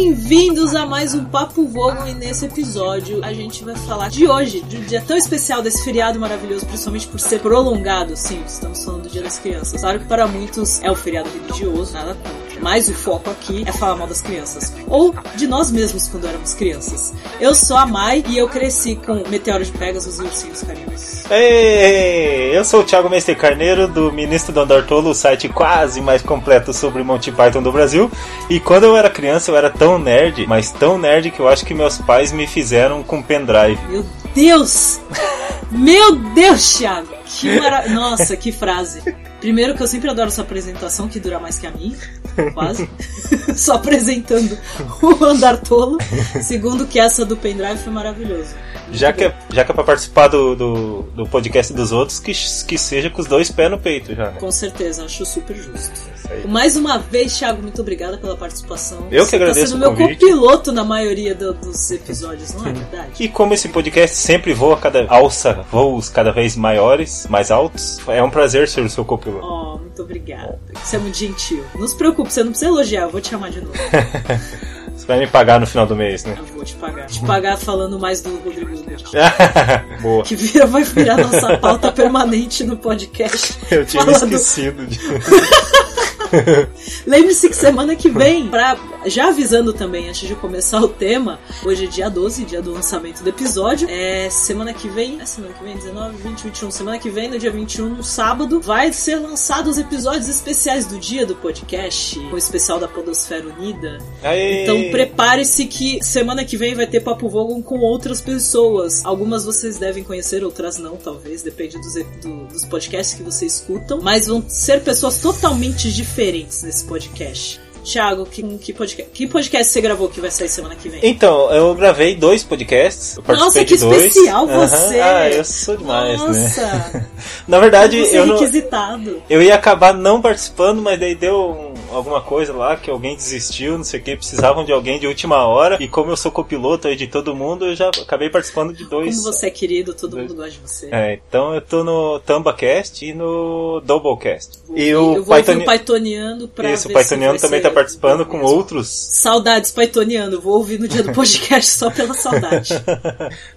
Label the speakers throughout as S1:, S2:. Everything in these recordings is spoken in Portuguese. S1: bem-vindos a mais um Papo Vogo e nesse episódio a gente vai falar de hoje, de um dia tão especial desse feriado maravilhoso, principalmente por ser prolongado. Sim, estamos falando do Dia das Crianças. Claro que para muitos é o feriado religioso, nada contra. Mas o foco aqui é falar mal das crianças. Ou de nós mesmos quando éramos crianças. Eu sou a Mai e eu cresci com Meteoro de Pegasus e Ursinhos Carinhos.
S2: Ei, eu sou o Thiago Mestre Carneiro, do Ministro do Andar Tolo, o site quase mais completo sobre Monty Python do Brasil. E quando eu era criança, eu era tão nerd, mas tão nerd que eu acho que meus pais me fizeram com pendrive.
S1: Meu Deus! Meu Deus, Thiago! Que mara... Nossa, que frase. Primeiro que eu sempre adoro sua apresentação, que dura mais que a minha, quase. Só apresentando o andar tolo. Segundo que essa do pendrive foi maravilhoso.
S2: Já que, é, já que é pra participar do, do, do podcast dos outros, que, que seja com os dois pés no peito já, né?
S1: Com certeza, acho super justo.
S2: Isso aí.
S1: Mais uma vez, Thiago, muito obrigada pela participação.
S2: Eu que agradeço
S1: Você
S2: o
S1: tá sendo meu
S2: convite.
S1: copiloto na maioria do- dos episódios, não é verdade?
S2: E como esse podcast sempre voa cada alça voos cada vez maiores, mais altos, é um prazer ser o seu copiloto.
S1: Oh, muito obrigada. Você é muito gentil. Não se preocupe, você não precisa elogiar, eu vou te chamar de novo.
S2: Você vai me pagar no final do mês, né?
S1: Eu vou te pagar. Te pagar falando mais do Rodrigo Luna.
S2: Boa.
S1: Que vira, vai virar nossa pauta permanente no podcast.
S2: Eu tinha me
S1: Falando-
S2: esquecido de.
S1: Lembre-se que semana que vem, pra, já avisando também antes de começar o tema, hoje é dia 12, dia do lançamento do episódio. É semana que vem, é semana que vem, 19, 20, 21. Semana que vem, no dia 21, no sábado, vai ser lançado os episódios especiais do dia do podcast, o especial da Podosfera Unida.
S2: Aê!
S1: Então prepare-se que semana que vem vai ter Papo Vogon com outras pessoas. Algumas vocês devem conhecer, outras não, talvez, depende dos, e- do- dos podcasts que vocês escutam. Mas vão ser pessoas totalmente diferentes nesse podcast. Thiago, que, que, podcast, que podcast você gravou que vai sair semana que vem?
S2: Então, eu gravei dois podcasts. Eu participei
S1: Nossa, que
S2: de dois.
S1: especial
S2: Aham.
S1: você!
S2: Ah, eu sou demais, né?
S1: Nossa!
S2: Na verdade,
S1: você é
S2: eu não,
S1: requisitado.
S2: eu ia acabar não participando, mas daí deu um- alguma coisa lá que alguém desistiu, não sei o que, precisavam de alguém de última hora. E como eu sou copiloto aí de todo mundo, eu já acabei participando de dois.
S1: Como você é querido, todo
S2: Dois.
S1: mundo gosta de você.
S2: É, então eu tô no TambaCast e no Doublecast.
S1: Vou-
S2: E
S1: eu
S2: o
S1: vou ouvir
S2: Python...
S1: o Pythoniano pra
S2: Isso, o
S1: ver se
S2: Pythoniano
S1: vai
S2: também
S1: ser
S2: tá participando com
S1: mesmo.
S2: outros,
S1: Saudades, Pythoniano. Vou ouvir no dia do podcast só pela saudade.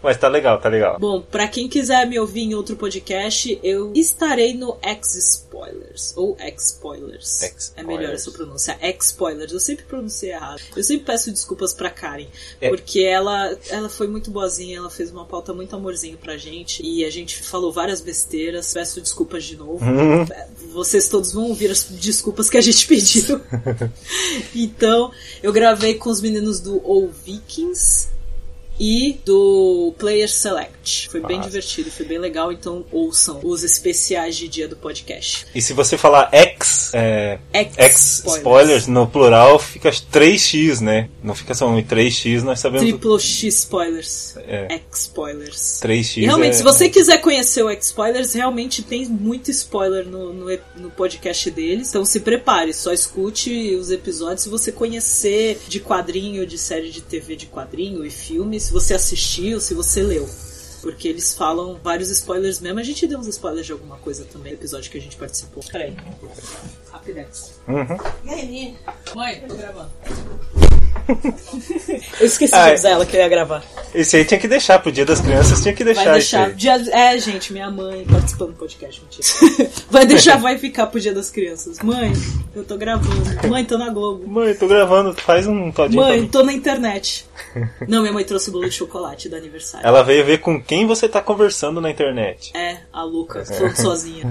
S2: mas tá legal, tá legal.
S1: Bom, pra quem quiser me ouvir em outro podcast, eu estarei no X-Spoilers. Ou X-Spoilers.
S2: X-Spoilers.
S1: É melhor essa pronúncia. X-Spoilers. Eu sempre pronunciei errado. Eu sempre peço desculpas pra Karen.
S2: É.
S1: Porque ela, ela foi muito boazinha, ela fez uma pauta muito amorzinho pra gente. E a gente falou várias besteiras. Peço desculpas de novo. É,
S2: Hum,
S1: Vocês todos vão ouvir as desculpas que a gente pediu. então, eu gravei com os meninos do Ou Vikings e do Player Select. Foi bem
S2: Massa.
S1: divertido, foi bem legal. Então, ouçam os especiais de dia do podcast.
S2: e se você falar X, é, X
S1: Ex-spoilers.
S2: spoilers no plural, fica 3x, né? Não fica só um 3x, nós sabemos.
S1: Triplo X spoilers.
S2: É.
S1: X-spoilers.
S2: 3x.
S1: E realmente,
S2: é-
S1: se você quiser conhecer o X-Spoilers, realmente tem muito spoiler no, no, ep- no podcast deles. Então se prepare, só escute os episódios se você conhecer de quadrinho, de série de TV de quadrinho e filme, se você assistiu, se você leu. Porque eles falam vários spoilers mesmo. A gente deu uns spoilers de alguma coisa também no episódio que a gente participou. Peraí. Rapidex.
S2: Uhum.
S1: Mãe, tô gravando. Eu esqueci de
S2: Ah, é.
S1: avisar ela que eu ia gravar.
S2: Esse aí tinha que deixar, pro dia das crianças tinha que deixar,
S1: Vai deixar.
S2: esse aí.
S1: Dia- é, gente, minha mãe participando do podcast, mentira. Vai deixar, vai ficar pro Dia das Crianças. Mãe, eu tô gravando. Mãe, tô na Globo.
S2: Mãe, tô gravando, faz um todinho pra
S1: Mãe,
S2: mim.
S1: tô na internet. Não, minha mãe trouxe bolo de chocolate do aniversário.
S2: Ela veio ver com quem você tá conversando na internet.
S1: É, a louca, falando sozinha.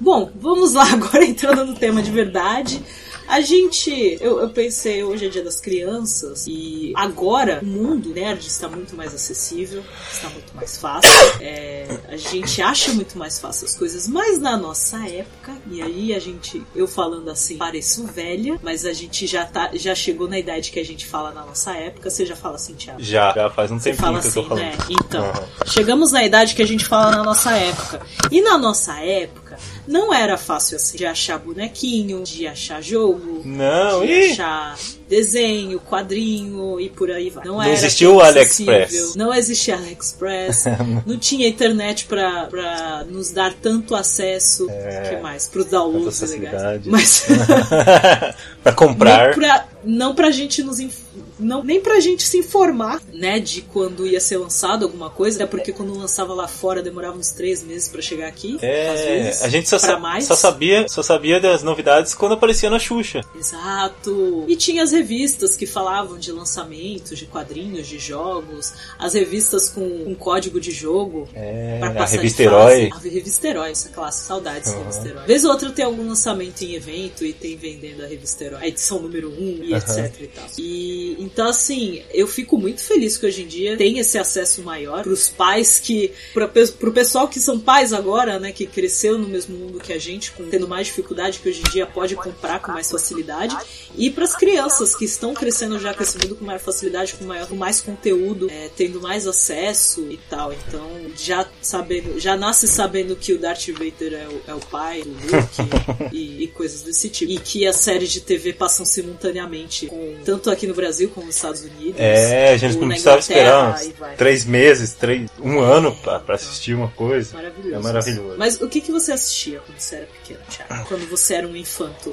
S1: Bom, vamos lá, agora entrando no tema de verdade. A gente, eu, eu pensei, hoje é dia das crianças e agora o mundo nerd está muito mais acessível, está muito mais fácil. É, a gente acha muito mais fácil as coisas, mas na nossa época, e aí a gente, eu falando assim, pareço velha, mas a gente já, tá, já chegou na idade que a gente fala na nossa época, você já fala assim, Thiago?
S2: Já, já faz um
S1: Você
S2: tempinho
S1: fala
S2: que eu
S1: assim,
S2: tô falando.
S1: né? Então,
S2: Aham.
S1: chegamos na idade que a gente fala na nossa época. E na nossa época, não era fácil assim de achar bonequinho, de achar jogo,
S2: Não,
S1: de
S2: e
S1: achar desenho, quadrinho e por aí vai. Não, era
S2: existia o
S1: tão
S2: AliExpress.
S1: acessível, Não existia AliExpress. não tinha internet pra, pra nos dar tanto acesso. que mais? Para os downloads
S2: É. tanta
S1: legais.
S2: facilidade.
S1: Mas.
S2: pra comprar.
S1: Não pra, não pra gente nos inf- não, nem pra gente se informar, né, de quando ia ser lançado alguma coisa, até porque quando lançava lá fora demorava uns três meses para chegar aqui.
S2: É,
S1: às vezes,
S2: a gente só,
S1: pra
S2: sa-
S1: mais.
S2: só sabia, só sabia das novidades quando aparecia na Xuxa.
S1: Exato. E tinha as revistas que falavam de lançamentos, de quadrinhos, de jogos, as revistas com, com código de jogo.
S2: É,
S1: Pra
S2: a
S1: passar
S2: revista
S1: de fase.
S2: Herói.
S1: A revista Herói, essa classe. Saudades da
S2: Uhum.
S1: revista Herói. Vez ou outra tem algum lançamento em evento e tem vendendo a revista Herói, a edição número 1 e
S2: Uhum.
S1: etc e tal. E então, assim, eu fico muito feliz que hoje em dia tem esse acesso maior pros pais que. Pra, pe- pro pessoal que são pais agora, né, que cresceu no mesmo mundo que a gente, com- tendo mais dificuldade, que hoje em dia pode comprar com mais facilidade. E para as crianças que estão crescendo já com esse mundo com maior facilidade, com, maior, com mais conteúdo, é, tendo mais acesso e tal. Então, já sabendo, já nasce sabendo que o Darth Vader é o, é o pai do Luke e, e coisas desse tipo. E que as séries de TV passam simultaneamente, com- tanto aqui no Brasil como nos Estados Unidos.
S2: É, a gente
S1: ou
S2: não
S1: na
S2: precisava esperar
S1: Inglaterra,
S2: uns
S1: Um aí vai.
S2: três meses, três, um ano pra, pra assistir uma coisa.
S1: Maravilhoso.
S2: É maravilhoso.
S1: Mas o que, que você assistia quando você era pequeno, Thiago? Quando você era um infanto?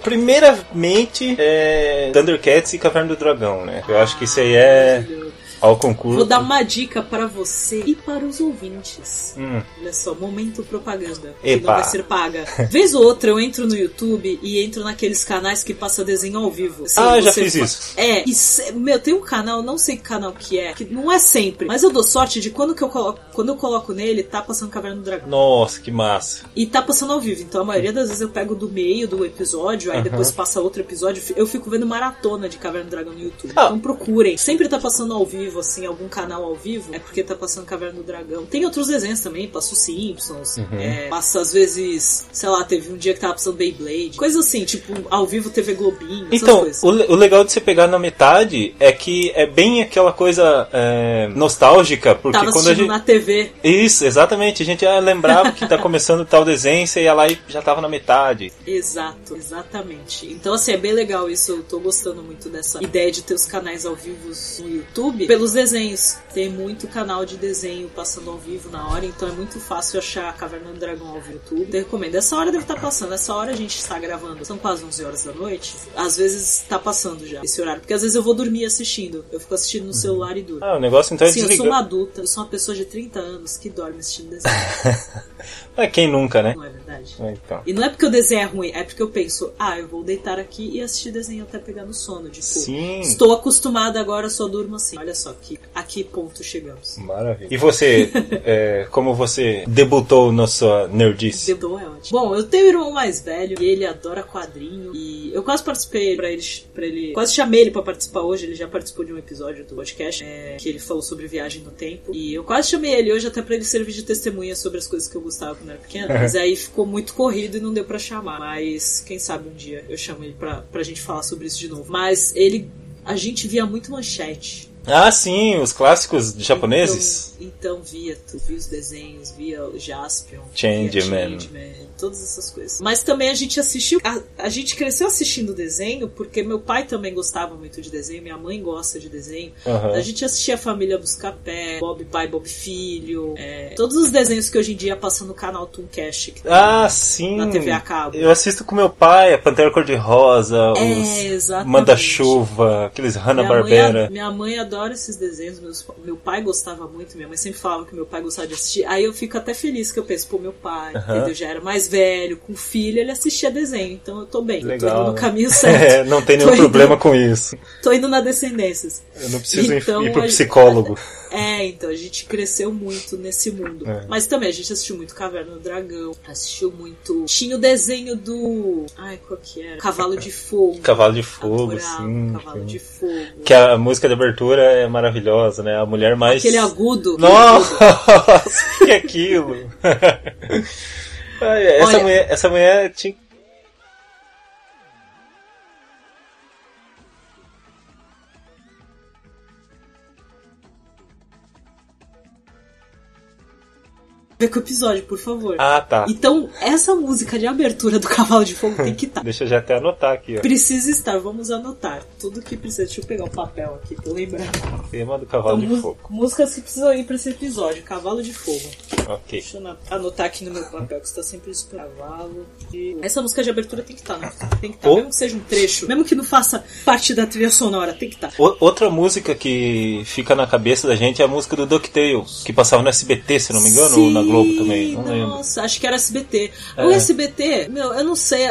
S2: Primeiramente, é Thundercats e Caverna do Dragão, né? Eu acho que isso aí é
S1: Maravilhoso.
S2: ao concurso.
S1: Vou dar uma dica para você e para os ouvintes.
S2: Hum,
S1: Olha só, momento propaganda. Que
S2: Epa.
S1: não vai ser paga. Vez ou outra eu entro no YouTube e entro naqueles canais que passa desenho ao vivo. Assim,
S2: Ah, eu já
S1: você
S2: fiz
S1: fa-
S2: isso.
S1: É, e se- meu, tem um canal, não sei que canal que é, que não é sempre, mas eu dou sorte de quando que eu coloco, quando eu coloco nele, tá passando Caverna do Dragão.
S2: nossa, que massa.
S1: E tá passando ao vivo, então a maioria das vezes eu pego do meio do episódio, aí
S2: Aham.
S1: depois passa outro episódio, eu fico vendo maratona de Caverna do Dragão no YouTube.
S2: Ah.
S1: Então procurem. Sempre tá passando ao vivo, assim, algum canal ao vivo, é porque tá passando Caverna do Dragão. Tem outros desenhos também, passa os Simpsons,
S2: Uhum.
S1: é, passa às vezes, sei lá, teve um dia que tava passando Beyblade, coisa assim, tipo, ao vivo TV Globinho, essas
S2: Então,
S1: coisas.
S2: o, le- o legal de você pegar na metade é que é bem aquela coisa é, nostálgica, porque
S1: Tava
S2: quando a
S1: assistindo
S2: gente.
S1: na TV.
S2: Isso, exatamente. A gente já lembrava que tá começando tal desenho, você ia lá e já tava na metade.
S1: Exato, exatamente. Então, assim, é bem legal isso. Eu tô gostando muito dessa ideia de ter os canais ao vivo no YouTube pelos desenhos. Tem muito canal de desenho passando ao vivo na hora, então é muito fácil achar a Caverna do Dragão ao vivo no YouTube. Então, eu recomendo. Essa hora deve estar passando, essa hora a gente está gravando. São quase 11 horas da noite. Às vezes tá passando já esse horário, porque às vezes eu vou dormir assistindo. Eu fico assistindo no celular e durmo.
S2: Ah, o negócio então é
S1: Sim, eu sou uma
S2: desligar.
S1: adulta, eu sou uma pessoa de 30 anos que dorme assistindo desenho.
S2: É quem nunca, né?
S1: Não é verdade?
S2: É, Então.
S1: E não é porque o desenho é ruim, é porque eu penso, ah, eu vou deitar aqui e assistir desenho até pegar no sono. Tipo,
S2: Sim.
S1: estou acostumada agora, só durmo assim. Olha só, que, a que ponto chegamos.
S2: Maravilha. E você, é, como você debutou na sua nerdice?
S1: Dedou é ótimo. Bom, eu tenho um irmão mais velho e ele adora quadrinho. E eu quase participei pra ele. Pra ele quase chamei ele pra participar hoje. Ele já participou de um episódio do podcast é, que ele falou sobre viagem no tempo. E eu quase chamei ele hoje até pra ele servir de testemunha sobre as coisas que eu gostava quando era pequena. Mas aí ficou muito corrido e não deu pra chamar. Mas quem sabe um dia eu chamo ele pra, pra gente falar sobre isso de novo. Mas ele. A gente via muito manchete.
S2: Ah, sim, os clássicos japoneses.
S1: Então, então via, tu via os desenhos, via o Jaspion,
S2: Changeman.
S1: via Changeman, todas essas coisas. Mas também a gente assistiu, a, a gente cresceu assistindo desenho porque meu pai também gostava muito de desenho, minha mãe gosta de desenho.
S2: Aham.
S1: A gente assistia a Família Buscapé, Bob Pai, Bob Filho, é, todos os desenhos que hoje em dia passam no canal Tooncast que tá
S2: Ah, sim.
S1: na TV a cabo.
S2: Eu assisto com meu pai, a Pantera Cor-de-Rosa,
S1: É,
S2: os
S1: exatamente.
S2: Manda-Chuva, aqueles
S1: Mãe,
S2: Hanna-Barbera.
S1: a- minha mãe adora esses desenhos. meus- meu pai gostava muito, minha mãe sempre falava que meu pai gostava de assistir. Aí eu fico até feliz que eu penso, pô, meu pai,
S2: Aham.
S1: entendeu? Já era mais velho, com filho, ele assistia desenho, então eu tô bem. eu tô
S2: Legal,
S1: indo no
S2: né?
S1: caminho
S2: É,
S1: certo.
S2: não tem
S1: Tô
S2: nenhum
S1: indo-
S2: problema com isso.
S1: Tô indo na descendência.
S2: Eu não preciso ir-
S1: Então,
S2: ir pro
S1: a-
S2: psicólogo.
S1: É, então a gente cresceu muito nesse mundo.
S2: É.
S1: Mas também a gente assistiu muito Caverna do Dragão, assistiu muito. Tinha o desenho do. Ai, qual que era? Cavalo de Fogo.
S2: Cavalo de Fogo,
S1: Adorava
S2: sim.
S1: Cavalo
S2: sim.
S1: de Fogo.
S2: Que a música de abertura é maravilhosa, né? A mulher mais.
S1: Aquele agudo.
S2: Nossa, que é aquilo? Ai, essa,
S1: Olha-
S2: mulher, essa mulher tinha.
S1: ver com o episódio, por favor.
S2: Ah, tá.
S1: Então, essa música de abertura do Cavalo de Fogo tem que estar.
S2: Deixa eu já até anotar aqui, ó.
S1: Precisa estar, vamos anotar. Tudo que precisa. Deixa eu pegar o papel aqui pra eu lembrar.
S2: Tema do Cavalo
S1: Então,
S2: de
S1: mu-
S2: Fogo.
S1: Músicas que precisam ir pra esse episódio. Cavalo de Fogo.
S2: Ok.
S1: Deixa eu na- anotar aqui no meu papel que está sempre isso. Cavalo de. Essa música de abertura tem que estar, né? Tem que estar.
S2: Ou-
S1: Mesmo que seja um trecho. Mesmo que não faça parte da trilha sonora, tem que tá. estar.
S2: O- outra música que fica na cabeça da gente é a música do DuckTales, que passava no SBT, se não me engano, ou na Globo também, não lembro.
S1: Nossa, acho que era SBT.
S2: É.
S1: O SBT, meu, eu não sei.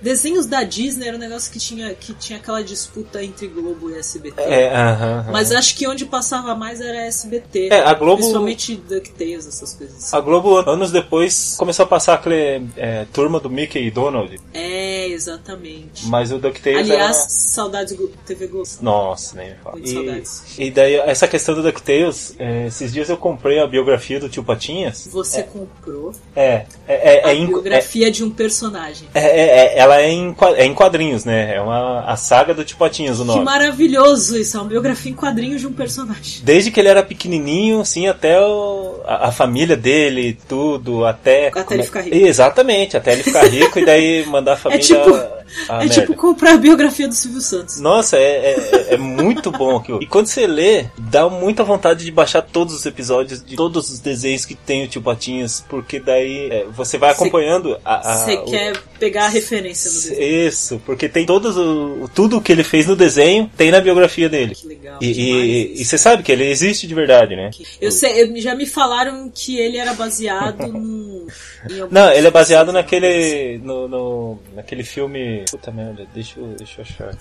S1: Desenhos da Disney era um negócio que tinha, que tinha aquela disputa entre Globo e SBT.
S2: É, aham, aham.
S1: Mas acho que onde passava mais era SBT.
S2: É, a Globo-
S1: Principalmente DuckTales, essas coisas. assim.
S2: A Globo, anos depois, começou a passar aquele é, turma do Mickey e Donald,
S1: É, exatamente.
S2: mas o DuckTales
S1: Aliás,
S2: era...
S1: saudades Glo- TV Globo.
S2: Nossa, nem me fala.
S1: Muito
S2: E,
S1: saudades.
S2: e daí, essa questão do DuckTales, é, esses dias eu comprei a biografia do Tio Patinhas.
S1: Você comprou
S2: É, é, é,
S1: a
S2: é, em- é-
S1: biografia de um personagem.
S2: é, é- é- ela é em, qua- é em quadrinhos, né? É uma, a saga do Tio Patinhas o
S1: Que
S2: nome.
S1: maravilhoso isso, é uma biografia em quadrinhos de um personagem.
S2: Desde que ele era pequenininho, assim, até o- a, a família dele, tudo, até...
S1: Até
S2: como
S1: ele
S2: é-
S1: ficar rico.
S2: Exatamente, até ele ficar rico e daí mandar a família...
S1: tipo-
S2: a
S1: é
S2: Ah, merda.
S1: tipo comprar a biografia do Silvio Santos.
S2: Nossa, é, é- é- é muito bom aquilo. E quando você lê, dá muita vontade de baixar todos os episódios de todos os desenhos que tem o Tio Patinhas, porque daí é, você vai
S1: Cê-
S2: acompanhando a... a-
S1: Você
S2: Ah, o-
S1: quer pegar a referência no desenho.
S2: Isso, porque tem todos o, tudo que ele fez no desenho tem na biografia dele.
S1: Que legal.
S2: E-
S1: demais
S2: E e
S1: isso.
S2: você sabe que ele existe de verdade, né?
S1: Eu sei, eu- já me falaram que ele era baseado num. em algum-
S2: Não, ele é baseado naquele. No, no- naquele filme. Puta merda, deixa, eu- deixa eu achar.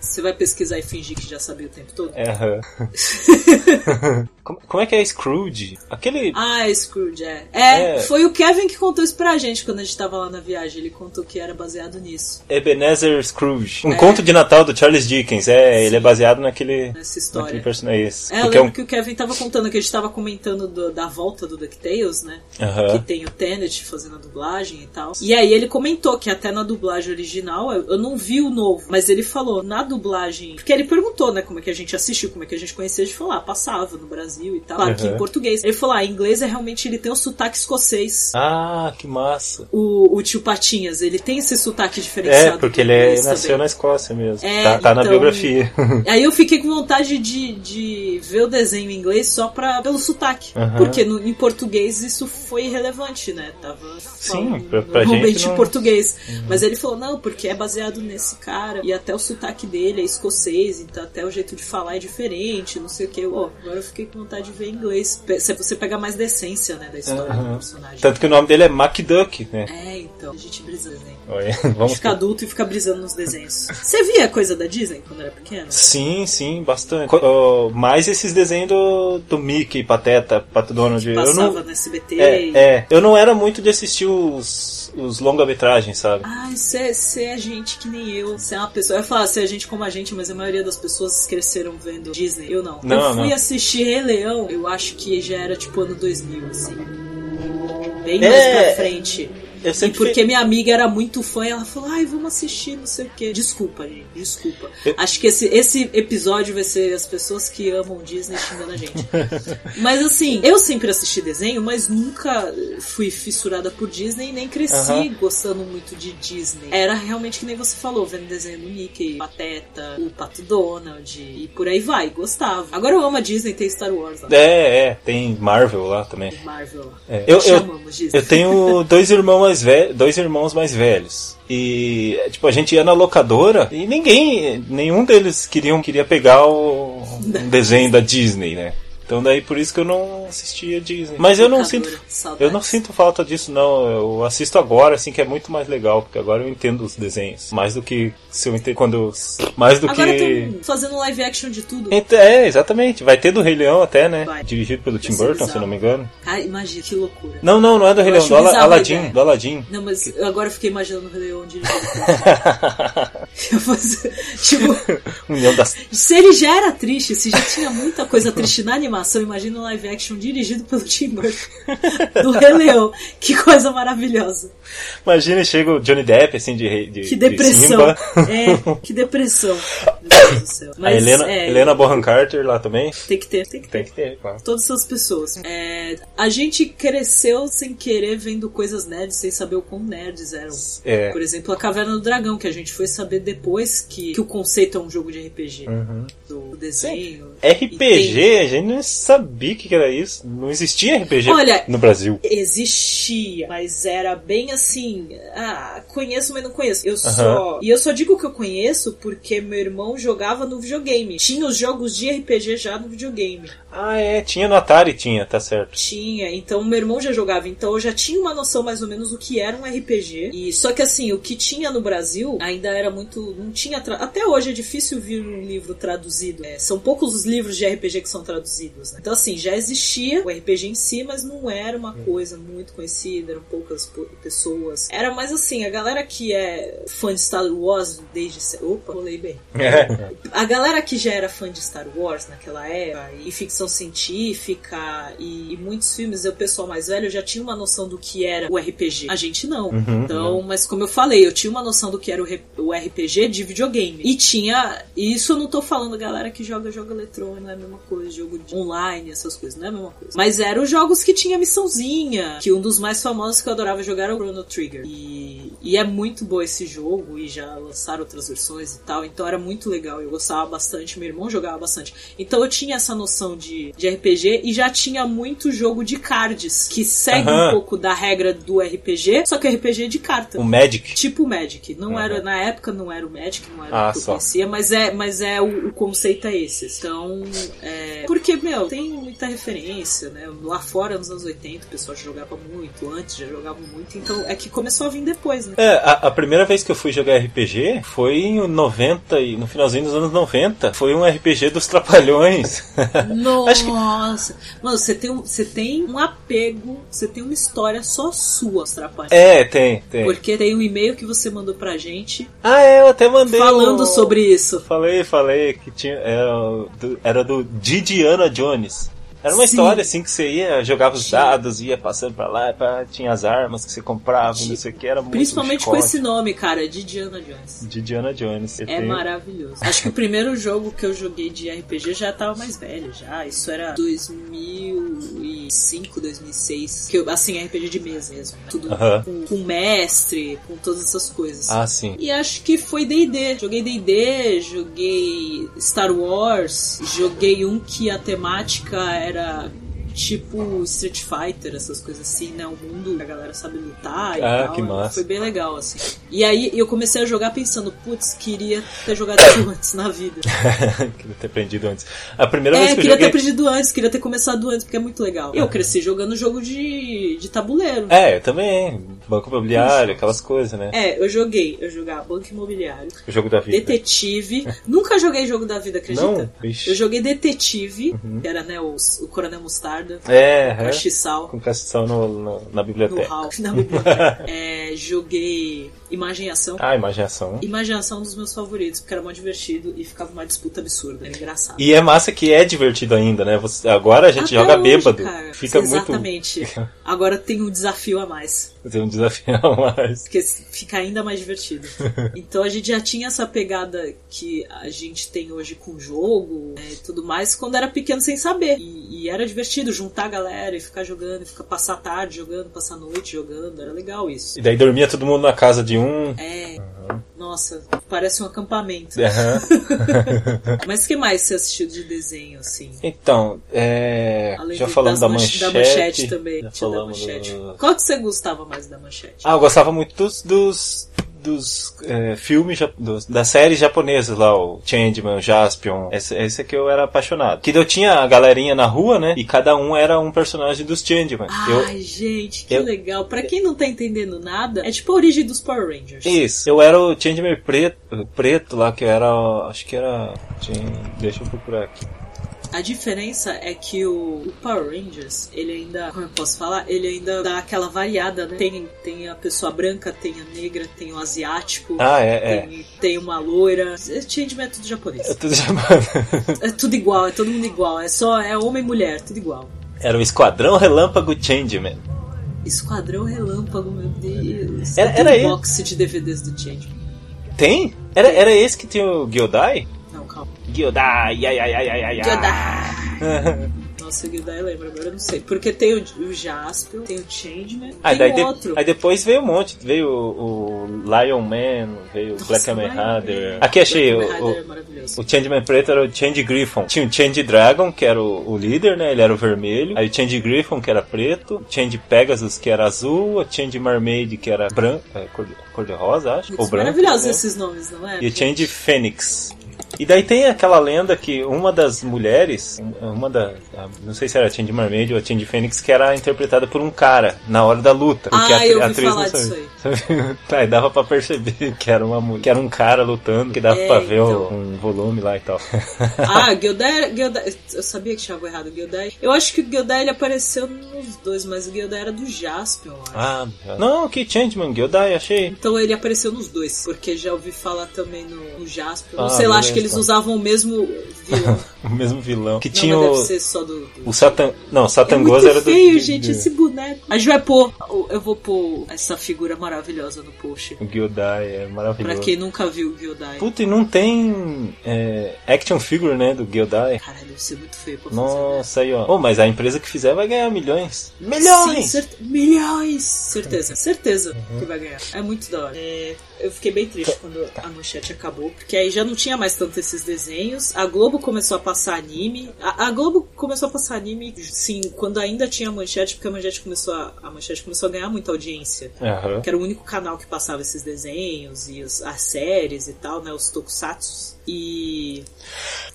S1: Você vai pesquisar e fingir que já sabia o tempo todo?
S2: É, aham. como, como é que é Scrooge? Aquele.
S1: Ah, Scrooge, é. é.
S2: É.
S1: foi o Kevin que contou isso pra gente quando a gente tava lá na viagem. Ele contou que era baseado nisso,
S2: Ebenezer Scrooge. Um
S1: É.
S2: conto de Natal do Charles Dickens. É, ele é baseado naquele.
S1: nessa
S2: Naquele
S1: história.
S2: personagem. Esse,
S1: É, eu
S2: porque é
S1: lembro
S2: um.
S1: que o Kevin tava contando que a gente tava comentando do- da volta do DuckTales, né? que
S2: Aham.
S1: tem o Tenet fazendo a dublagem e tal. E aí ele comentou que até na dublagem original, eu, eu não vi o novo, mas ele falou na dublagem, porque ele perguntou, né, como é que a gente assistiu, como é que a gente conhecia, a gente falou, ah, passava no Brasil e tal, claro que
S2: Uhum.
S1: em português. Ele falou, ah, em inglês é realmente, ele tem um sotaque escocês.
S2: Ah, que massa.
S1: O, o tio Patinhas, ele tem esse sotaque diferenciado.
S2: É, porque
S1: do
S2: ele é-
S1: inglês
S2: nasceu
S1: também.
S2: na Escócia mesmo.
S1: É,
S2: tá tá na
S1: então-
S2: biografia.
S1: Aí eu fiquei com vontade de, de ver o desenho em inglês só pra, pelo sotaque.
S2: Aham.
S1: Porque no- em português isso foi irrelevante, né? Tava falando
S2: pra- pra
S1: no
S2: gente
S1: ambiente
S2: não- Uhum.
S1: português. Mas ele falou, não, porque é baseado nesse cara. E até o sotaque dele é escocês, então até o jeito de falar é diferente, não sei o que. agora eu fiquei com vontade de ver em inglês. Pe- Se você pegar mais decência, né, da história do
S2: Aham.
S1: personagem.
S2: Tanto que o nome dele é MacDuck, né?
S1: É, então, a gente brisa, né?
S2: Olha,
S1: A gente
S2: Vamos
S1: fica adulto e fica brisando nos desenhos. Você via coisa da Disney quando era pequeno?
S2: Sim, sim, bastante. Co- ó, mais esses desenhos do, do Mickey, Pateta, Pato Donald. Eu
S1: Passava
S2: não,
S1: no SBT e-
S2: é, é, eu não era muito de assistir os, os longa-metragens, sabe?
S1: Ai, você é gente que nem eu. Você é uma pessoa. Eu falo, você é gente como a gente, mas a maioria das pessoas cresceram vendo Disney. Eu não.
S2: Não,
S1: eu fui
S2: não.
S1: assistir Rei Leão, eu acho que já era tipo ano 2000, assim. Bem
S2: É.
S1: mais pra frente.
S2: Eu
S1: E
S2: sempre
S1: porque minha amiga era muito fã, ela falou: ai, vamos assistir, não sei o quê. Desculpa, gente, desculpa. Acho que esse, esse episódio vai ser as pessoas que amam Disney xingando a gente. mas assim, eu sempre assisti desenho, mas nunca fui fissurada por Disney, nem cresci
S2: Aham.
S1: gostando muito de Disney. Era realmente que nem você falou, vendo desenho do Mickey, Pateta, o Pato Donald e por aí vai, gostava. Agora eu amo a Disney, tem Star Wars lá.
S2: É, é, tem Marvel lá também.
S1: Marvel lá.
S2: É. Eu, eu,
S1: Chamamos Disney.
S2: eu tenho dois irmãos mais velhos, dois irmãos mais velhos. E é, tipo, a gente ia na locadora e ninguém, nenhum deles queriam queria pegar o um desenho da Disney, né? Então daí por isso que eu não assistia Disney. Mas eu não sinto
S1: Locadora, saudades.
S2: Eu não sinto falta disso, não. Eu assisto agora, assim, que é muito mais legal, porque agora eu entendo os desenhos. Mais do que se eu entendo quando. eu- Mais do
S1: Agora
S2: que.
S1: estão fazendo live action de tudo.
S2: Ent- É, exatamente. Vai ter do Rei Leão até, né?
S1: Vai.
S2: Dirigido pelo Tim
S1: Vai ser
S2: Burton,
S1: bizarro.
S2: se eu não me engano.
S1: Cara, imagina, que loucura.
S2: Não, não, não é do Rei
S1: Eu
S2: Leão,
S1: acho
S2: do Ala-
S1: bizarro a
S2: Aladdin.
S1: ideia.
S2: Do Aladdin.
S1: Não, mas eu agora fiquei imaginando o Rei Leão dirigindo. tipo,
S2: União das.
S1: se ele já era triste, se já tinha muita coisa triste na animação, imagina um live action dirigido pelo Tim Burton do Rei Leão. Que coisa maravilhosa.
S2: Imagina, chega o Johnny Depp, assim, de. rei- de
S1: Que
S2: de
S1: depressão.
S2: Simba.
S1: É, que depressão. Meu Deus do céu.
S2: A Helena,
S1: é,
S2: Helena Bonham Carter lá também.
S1: tem que ter, tem que ter.
S2: Tem que ter, claro.
S1: Todas essas pessoas. É, a gente cresceu sem querer vendo coisas nerds, sem saber o quão nerds eram.
S2: É.
S1: Por exemplo, a Caverna do Dragão, que a gente foi saber depois que, que o conceito é um jogo de RPG. Do desenho. E tem-
S2: RPG, a gente não sabia o que que era isso. Não existia RPG
S1: Olha,
S2: no Brasil.
S1: Existia, mas era bem assim. Ah, conheço, mas não conheço. Eu só. E eu só digo que eu conheço porque meu irmão jogava no videogame. Tinha os jogos de RPG já no videogame.
S2: Ah, é, tinha no Atari, tinha, tá certo.
S1: Tinha, então meu irmão já jogava, então eu já tinha uma noção mais ou menos do que era um RPG. E só que assim, o que tinha no Brasil ainda era muito, não tinha tra- até hoje é difícil vir um livro traduzido. É, são poucos os livros de RPG que são traduzidos. Né? Então assim, já existia o RPG em si, mas não era uma coisa muito conhecida, eram poucas po- pessoas. Era mais assim, a galera que é fã de Star Wars desde, se- opa, rolei bem. A galera que já era fã de Star Wars naquela época, e ficção científica, e, e muitos filmes, e o pessoal mais velho já tinha uma noção do que era o RPG. A gente não.
S2: Uhum,
S1: então, mas como eu falei, eu tinha uma noção do que era o, re- o RPG de videogame. E tinha. E isso eu não tô falando, galera que joga jogo eletrônico, não é a mesma coisa, jogo de online, essas coisas, não é a mesma coisa. Mas eram os jogos que tinha missãozinha, que um dos mais famosos que eu adorava jogar era o Chrono Trigger. E, e é muito bom esse jogo, e já lançaram outras versões e tal, então era muito legal, eu gostava bastante, meu irmão jogava bastante. Então eu tinha essa noção de, de RPG e já tinha muito jogo de cards, que segue
S2: Aham.
S1: um pouco da regra do RPG, só que RPG é de carta.
S2: O Magic.
S1: Tipo o Magic. Não
S2: Aham.
S1: era, na época não era o Magic, não era
S2: é. Ah,
S1: o que eu
S2: só.
S1: conhecia, mas é, mas é o, o conceito é esse. Então, é, porque, meu, tem muita referência, né? Lá fora, nos anos 80, o pessoal já jogava muito, antes já jogava muito, então é que começou a vir depois, né?
S2: É, a, a primeira vez que eu fui jogar RPG foi em 90, e no finalzinho dos anos 90. Foi um RPG dos Trapalhões. Acho que-
S1: Nossa! Mano, você tem, um, você tem um apego, você tem uma história só sua, os Trapalhões.
S2: é, tem, tem.
S1: Porque tem o e-mail que você mandou pra gente
S2: Ah, é, eu até mandei.
S1: falando
S2: um-
S1: sobre isso.
S2: Falei, falei que tinha. Era do, era do Didiana Jones. Era uma
S1: Sim.
S2: história assim que você ia, jogava os
S1: Tinha.
S2: dados, ia passando pra lá, pra, tinha as armas que você comprava, não sei o que, era muito
S1: Principalmente com
S2: chicote.
S1: esse nome, cara, de Diana Jones.
S2: Didiana Jones. Eu
S1: É
S2: tenho-
S1: maravilhoso. Acho que o primeiro jogo que eu joguei de RPG já tava mais velho, já. Isso era 2005, 2006. Que eu, assim, RPG de mesa mesmo. né? Tudo
S2: Aham.
S1: com, com mestre, com todas essas coisas.
S2: Ah, sim.
S1: E acho que foi D&D. Joguei D&D, joguei Star Wars, joguei um que a temática era tipo Street Fighter, essas coisas assim, né? O mundo que a galera sabe lutar e
S2: Ah,
S1: tal.
S2: que massa.
S1: Foi bem legal, assim. E aí eu comecei a jogar pensando, putz, queria ter jogado isso antes na vida.
S2: queria ter aprendido antes. A primeira
S1: É,
S2: vez que eu
S1: queria ter
S2: joguei.
S1: aprendido antes, queria ter começado antes, porque é muito legal. Eu cresci jogando jogo de, de tabuleiro.
S2: É, eu também. Banco imobiliário, aquelas coisas, né?
S1: É, eu joguei. Eu jogava Banco Imobiliário.
S2: O jogo da vida.
S1: É. Detetive. Nunca joguei jogo da vida, acredita?
S2: Não? Vixe. Uhum.
S1: Eu joguei Detetive, que era né, o, o Coronel Mostarda,
S2: É,
S1: o
S2: é.
S1: Chissal,
S2: com castição no, no- na
S1: no
S2: biblioteca.
S1: Hall, na biblioteca. É, joguei Imagem e Ação.
S2: Ah, imaginação. né?
S1: Imagem e Ação é um dos meus favoritos, porque era mó divertido e ficava uma disputa absurda, era engraçado.
S2: E é massa que é divertido ainda, né? Você- agora a
S1: Até
S2: gente joga
S1: hoje,
S2: bêbado.
S1: cara.
S2: Fica
S1: Exatamente. Agora tem um desafio a mais.
S2: muito. Tem um desafio a mais.
S1: Porque fica ainda mais divertido. Então a gente já tinha essa pegada que a gente tem hoje com jogo né, e tudo mais quando era pequeno sem saber. E, e era divertido juntar a galera e ficar jogando, e ficar, passar a tarde jogando, passar a noite jogando. Era legal isso.
S2: E daí dormia todo mundo na casa de um.
S1: É. Nossa, parece um acampamento.
S2: Aham.
S1: Mas que mais você assistiu de desenho, assim?
S2: Então, é.
S1: Além
S2: já
S1: de-
S2: falamos
S1: das
S2: da
S1: manche-
S2: manchete.
S1: da manchete também.
S2: Já
S1: Tinha da
S2: falamos
S1: manchete.
S2: do-
S1: Qual que você gostava mais da manchete?
S2: Ah, eu gostava muito dos, dos, dos é, filmes, ja- dos- das séries japonesas lá, o Changeman, o Jaspion. Esse, esse aqui eu era apaixonado. Que eu tinha a galerinha na rua, né? E cada um era um personagem dos Changeman. Ah, Eu,
S1: Ai, gente, que
S2: eu-
S1: legal. Pra quem não tá entendendo nada, é tipo a origem dos Power Rangers.
S2: isso, eu era o Changeman preto, preto lá, que eu era. o- Acho que era. Chan- Deixa eu procurar aqui.
S1: A A diferença é que o, o Power Rangers, ele ainda, como eu posso falar, ele ainda dá aquela variada, né? Tem, tem a pessoa branca, tem a negra, tem o asiático,
S2: Ah, é, é.
S1: tem, tem uma loira. É Changeman é tudo japonês.
S2: Eu tô chamando.
S1: É tudo igual, é todo mundo igual. É só é homem e mulher, tudo igual.
S2: Era o Esquadrão Relâmpago Changeman.
S1: Esquadrão Relâmpago, meu Deus.
S2: Era-
S1: Tem
S2: era ele?
S1: um box de DVDs do Changeman.
S2: Tem? Era, era esse que tem o Gyodai?
S1: Não, calma.
S2: Gyodai, ai, ai, ai, ai, ai. ai.
S1: Gyodai. Nossa, o Gildai lembra, agora eu não sei. Porque tem o, o Jaspel, tem o Changeman,
S2: Aí,
S1: tem
S2: Ah, daí
S1: o
S2: de-
S1: outro.
S2: aí depois veio um monte, veio o, o Lion Man, veio o
S1: Nossa,
S2: Black Kamen
S1: Lion
S2: Rider.
S1: Man.
S2: Aqui achei
S1: Black Kamen
S2: o,
S1: Rider é
S2: o,
S1: maravilhoso.
S2: o Changeman preto era o Change Griffon. Tinha o Change Dragon, que era o, o líder, né? Ele era o vermelho. Aí o Change Griffon, que era preto. O Change Pegasus, que era azul. O Change Mermaid, que era branco, é, cor, de, cor de rosa, acho.
S1: Muito
S2: ou branco.
S1: maravilhosos
S2: né?
S1: esses nomes, não é?
S2: E o Change Fênix. E daí tem aquela lenda que uma das mulheres, uma da. a- Não sei se era a Change Mermaid ou a Change Fênix, que era interpretada por um cara na hora da luta. porque
S1: Ah,
S2: a, atri-
S1: eu
S2: a
S1: ouvi
S2: atriz
S1: falar
S2: não sabia.
S1: disso
S2: aí dava pra perceber que era uma mulher, que era um cara lutando, que dava
S1: É,
S2: pra ver o-
S1: então.
S2: um volume lá e tal.
S1: Ah, Gildai, era- Gildai. Eu sabia que tinha algo errado, Gildai. Eu acho que o Gildai ele apareceu nos dois, mas o Gildai era do Jaspel, eu acho.
S2: ah, não, que Changeman, Gyodai, achei.
S1: Então ele apareceu nos dois, porque já ouvi falar também no, no Jaspel.
S2: Ah,
S1: Sei lá, acho
S2: beleza,
S1: que eles
S2: então.
S1: usavam o mesmo vilão.
S2: O mesmo vilão. Que
S1: Não,
S2: tinha
S1: mas
S2: o.
S1: deve ser só do. do-
S2: O Satan. Não,
S1: É
S2: Satan Gozo
S1: muito
S2: era do.
S1: feio,
S2: do-
S1: gente,
S2: do-
S1: esse boneco. A gente vai pôr. Eu vou pôr essa figura maravilhosa no post.
S2: O Gyodai, é maravilhoso.
S1: Pra quem nunca viu o Gildai.
S2: Puta, e não tem é, action figure, né, do Gildai?
S1: Caralho, deve ser muito feio pra fazer. né?
S2: Nossa, aí ó. Oh, mas a empresa que fizer vai ganhar milhões.
S1: Sim,
S2: Milhões!
S1: certe- Milhões! Certeza, certeza que vai ganhar. É muito da hora. É, eu fiquei bem triste quando a manchete acabou, porque aí já não tinha mais tanto esses desenhos. A Globo começou a passar anime. A, a Globo começou a passar anime, sim, quando ainda tinha a manchete, porque a manchete começou a, a manchete começou a ganhar muita audiência.
S2: Aham.
S1: que era o único canal que passava esses desenhos e as, as séries e tal, né? Os tokusatsu. E.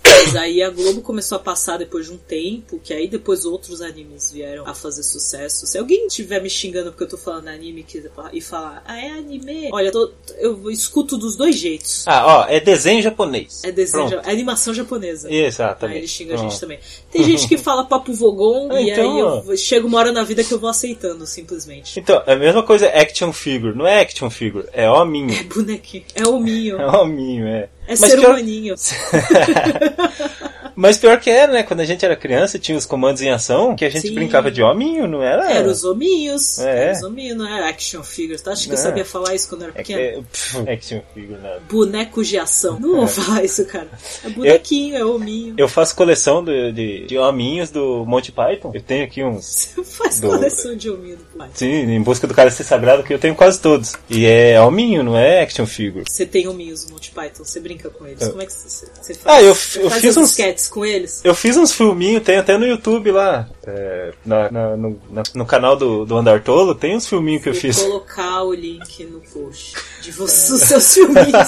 S1: Mas aí a Globo começou a passar depois de um tempo, que aí depois outros animes vieram a fazer sucesso. Se alguém estiver me xingando porque eu tô falando anime e quiser falar- e falar, ah, é anime? Olha, tô- eu escuto dos dois jeitos.
S2: Ah, ó, é desenho japonês.
S1: É desenho,
S2: Pronto.
S1: é animação japonesa. Aí
S2: Exatamente.
S1: ele xinga a
S2: Pronto.
S1: gente também. Tem gente que fala papo vogon
S2: Ah,
S1: e
S2: então,
S1: aí
S2: ó.
S1: eu chego uma hora na vida que eu vou aceitando, simplesmente.
S2: Então, a mesma coisa é action figure. Não é action figure, é hominho.
S1: É bonequinho. É hominho.
S2: É hominho, é.
S1: É ser
S2: pior-
S1: humaninho.
S2: É. Mas pior que era, né? Quando a gente era criança, tinha os comandos em ação, que a gente
S1: Sim.
S2: brincava de hominho, não era?
S1: Era os hominhos.
S2: É.
S1: Era os hominhos, não era action figures. Tá? Acho que eu
S2: É.
S1: sabia falar isso quando eu era
S2: É que-
S1: pequeno.
S2: é- pff, action figure, nada.
S1: Bonecos de ação. Não vou falar isso, cara. É bonequinho, é hominho.
S2: Eu faço coleção de, de, de hominhos do Monty Python. Eu tenho aqui uns
S1: Você faz
S2: Do-
S1: coleção de hominho do pai.
S2: Sim, em busca do cálice sagrado, que eu tenho quase todos. E é hominho, não é action figure.
S1: Você tem hominhos no Monty Python, você brinca com eles. Como é que você, você faz?
S2: Ah, eu-
S1: Você
S2: eu
S1: faz um
S2: fiz
S1: os
S2: uns-
S1: sketches com eles?
S2: Eu fiz uns filminhos, tem até no YouTube lá. é, na- na- no, na- no canal do, do Andartolo, tem uns filminhos que eu
S1: Vou
S2: fiz.
S1: colocar o link no post de vocês, os seus filminhos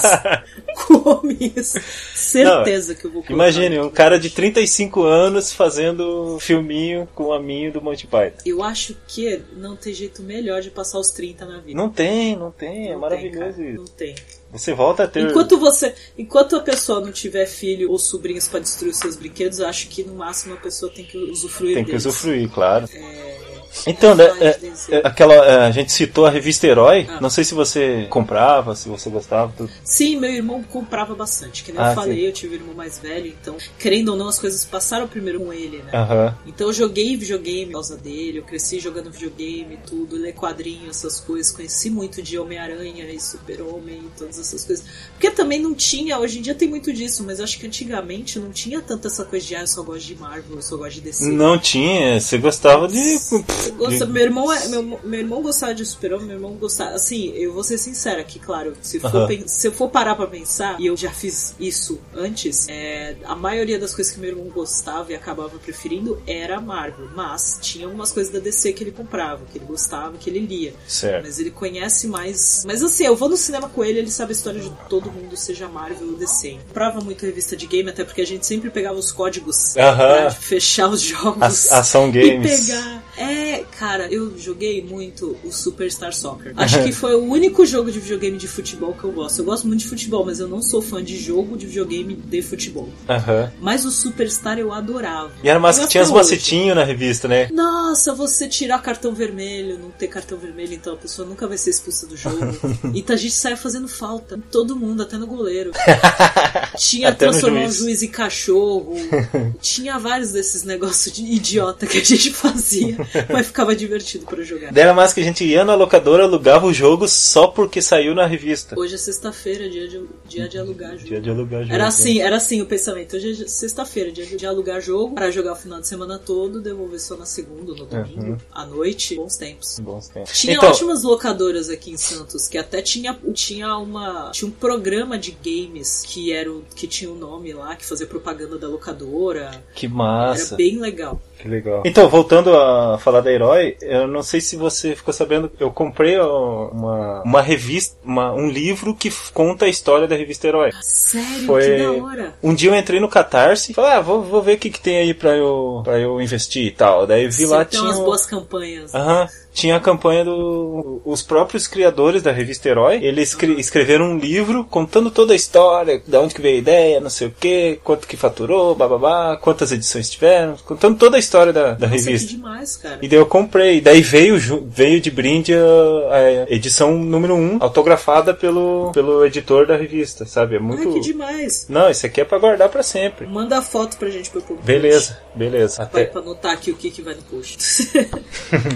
S1: com hominhos. Certeza que eu vou colocar.
S2: Imagine,
S1: no
S2: um
S1: post.
S2: cara de 35 anos fazendo filminho com o aminho do Monty Python.
S1: Eu acho que não tem jeito melhor de passar os 30 na vida.
S2: Não tem, não tem, é
S1: Não
S2: maravilhoso
S1: tem, cara,
S2: isso.
S1: Não tem.
S2: Você volta a ter.
S1: Enquanto você, enquanto a pessoa não tiver filho ou sobrinhos pra destruir os seus brinquedos, eu acho que no máximo a pessoa tem que usufruir
S2: Tem que
S1: deles.
S2: usufruir, claro. Então, né,
S1: Saudade
S2: é-
S1: desse-
S2: é aquela. é, A gente citou a revista Herói.
S1: Ah.
S2: Não sei se você comprava, se você gostava. tudo.
S1: Sim, meu irmão comprava bastante, que nem
S2: Ah,
S1: eu falei, eu tive um irmão mais velho, então, querendo ou não, as coisas passaram primeiro com ele, né?
S2: Aham.
S1: Então eu joguei videogame por causa dele, eu cresci jogando videogame, tudo, ler quadrinho, essas coisas, conheci muito de Homem-Aranha e Super-Homem e todas essas coisas. Porque também não tinha, hoje em dia tem muito disso, mas eu acho que antigamente não tinha tanta essa coisa de ah, eu só gosto de Marvel, eu só gosto de DC.
S2: Não tinha, você gostava de.
S1: Eu gosto-
S2: de-
S1: meu, irmão é- meu, meu irmão gostava de super-homem, meu irmão gostava. Assim, eu vou ser sincera aqui, claro. Se, for
S2: Aham.
S1: pen- se eu for parar pra pensar, e eu já fiz isso antes, é, a maioria das coisas que meu irmão gostava e acabava preferindo era Marvel. Mas tinha algumas coisas da DC que ele comprava, que ele gostava, que ele lia.
S2: Certo.
S1: Mas ele conhece mais. Mas assim, eu vou no cinema com ele, ele sabe a história de todo mundo, seja Marvel ou DC. Eu Comprava muito revista de game, até porque a gente sempre pegava os códigos
S2: Aham.
S1: pra fechar os jogos.
S2: A- ação
S1: E
S2: Games.
S1: pegar. É, É, cara, eu joguei muito o Superstar Soccer. Acho que foi o único jogo de videogame de futebol que eu gosto. Eu gosto muito de futebol, mas eu não sou fã de jogo de videogame de futebol.
S2: Aham.
S1: Mas o Superstar eu adorava.
S2: E era umas,
S1: Eu
S2: tinha uns
S1: até hoje.
S2: macetinhos na revista, né?
S1: Nossa, você tirar cartão vermelho, não ter cartão vermelho, então a pessoa nunca vai ser expulsa do jogo. então a gente saiu fazendo falta. em Todo mundo, até no goleiro. Tinha
S2: Até no
S1: transformar o
S2: juiz.
S1: juiz em cachorro. Tinha vários desses negócios de idiota que a gente fazia, mas ficava divertido pra jogar.
S2: Daí Era mais que a gente ia na locadora, alugava o jogo só porque saiu na revista.
S1: Hoje é sexta-feira, dia de, dia de alugar jogo.
S2: Dia de alugar jogo.
S1: Era
S2: né?
S1: assim, era assim o pensamento. Hoje é sexta-feira, dia de alugar jogo, para jogar o final de semana todo, devolver só na segunda, no domingo,
S2: Uhum.
S1: à noite. Bons tempos.
S2: Bons tempos.
S1: Tinha
S2: Então,
S1: ótimas locadoras aqui em Santos, que até tinha, tinha uma. Tinha um programa de games que era o, que tinha o nome lá, que fazia propaganda da locadora.
S2: que
S1: Era
S2: massa.
S1: bem legal.
S2: Que legal. Então, voltando a falar da Herói, eu não sei se você ficou sabendo, eu comprei ó, uma, uma revista, uma- um livro que f- conta a história da revista Herói.
S1: Sério,
S2: Foi-
S1: que da hora.
S2: Um dia eu entrei no Catarse, falei, ah, vou, vou ver o que, que tem aí pra eu, pra eu investir e tal. Daí vi lá,
S1: Sempre tem
S2: tinha...
S1: umas
S2: um-
S1: boas campanhas.
S2: Aham. Tinha a campanha do. Os próprios criadores da revista Herói, eles cri- escreveram um livro contando toda a história, da onde que veio a ideia, não sei o que, quanto que faturou, bababá, quantas edições tiveram, contando toda a história da,
S1: Nossa,
S2: da
S1: que
S2: revista.
S1: demais, cara.
S2: E daí eu comprei. Daí veio, ju- veio de brinde a, a edição número 1, autografada pelo, pelo editor da revista, sabe? É muito.
S1: Ai, que demais.
S2: Não, isso aqui é pra guardar pra sempre.
S1: Manda a foto pra gente pro público.
S2: Beleza, É. beleza.
S1: Vai
S2: Até.
S1: pra anotar aqui o que, que vai no post.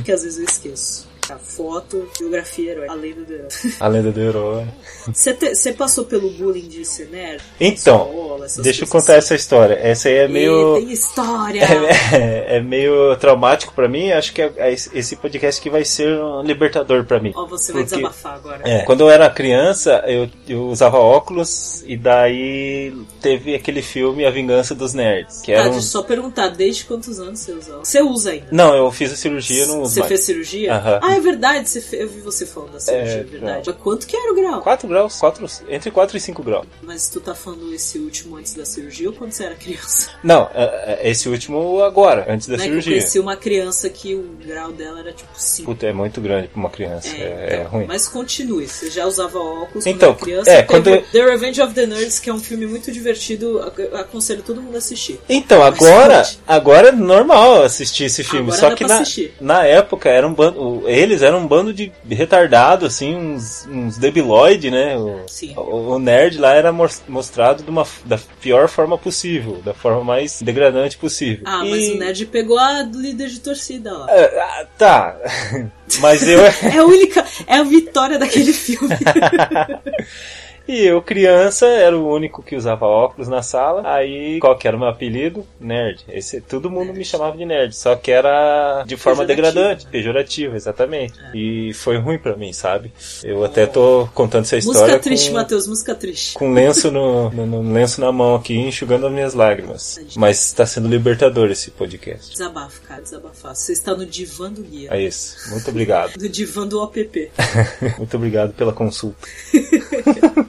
S1: que às vezes eu esqueço. Tá, foto, biografia herói, a lenda do herói.
S2: A lenda do herói.
S1: Você passou pelo bullying de ser nerd?
S2: Então,
S1: Escola, essas
S2: deixa eu
S1: coisas
S2: contar essa história. Essa aí é
S1: assim?
S2: meio.
S1: Ih, tem história!
S2: É, é meio traumático pra mim. Acho que é- é esse esse podcast que vai ser um libertador pra mim.
S1: Ó, você vai
S2: Porque-
S1: desabafar agora.
S2: É, quando eu era criança, eu, eu usava óculos e daí teve aquele filme A Vingança dos Nerds, que
S1: Tá,
S2: era
S1: deixa
S2: um...
S1: eu só perguntar, desde quantos anos você usa? Você usa ainda?
S2: Não, eu fiz a cirurgia, eu não uso
S1: Você
S2: mais.
S1: fez cirurgia?
S2: Aham.
S1: Ah, é verdade, você fe- eu vi você falando da cirurgia, é,
S2: É,
S1: verdade. Mas quanto que era o grau?
S2: 4 graus, quatro, entre 4 e 5 graus.
S1: Mas tu tá falando esse último antes da cirurgia ou quando você era criança?
S2: Não, é- é esse último agora, antes da
S1: né? que Eu
S2: cirurgia.
S1: conheci uma criança que o grau dela era tipo 5.
S2: Puta, é muito grande pra uma criança, é, é
S1: então,
S2: ruim.
S1: Mas continue, você já usava óculos
S2: Então,
S1: quando era criança.
S2: é,
S1: Tem
S2: quando eu-
S1: The Revenge of the Nerds, que é um filme muito divertido, ac- aconselho todo mundo a assistir.
S2: Então,
S1: Mas
S2: agora,
S1: pode.
S2: agora é normal assistir esse filme.
S1: Agora
S2: só
S1: dá
S2: que
S1: pra
S2: na,
S1: assistir.
S2: na época era um bando, o- eles eram um bando de retardados, assim, uns, uns debiloide, né? O,
S1: Sim.
S2: o- o nerd lá era mos- mostrado de uma, f- da pior forma possível, da forma mais degradante possível.
S1: Ah, mas
S2: E-
S1: o Nerd pegou a líder de torcida lá.
S2: É, ah, tá. mas eu.
S1: É a única, é a vitória daquele filme.
S2: E eu, criança, era o único que usava óculos na sala. Aí, qual que era o meu apelido? Nerd. Esse, todo mundo me chamava de nerd, só que era de forma
S1: Pejorativo,
S2: degradante,
S1: né?
S2: pejorativa, exatamente.
S1: É.
S2: E foi ruim pra mim, sabe? Eu até tô contando essa história.
S1: música triste,
S2: com...
S1: Matheus, música triste.
S2: Com um lenço no, no- no lenço na mão aqui, enxugando as minhas lágrimas.
S1: Tadinho.
S2: Mas tá sendo libertador esse podcast.
S1: Desabafo, cara, desabafar. Você está no divã do guia.
S2: É isso. Muito obrigado.
S1: No divã do OPP.
S2: Muito obrigado pela consulta.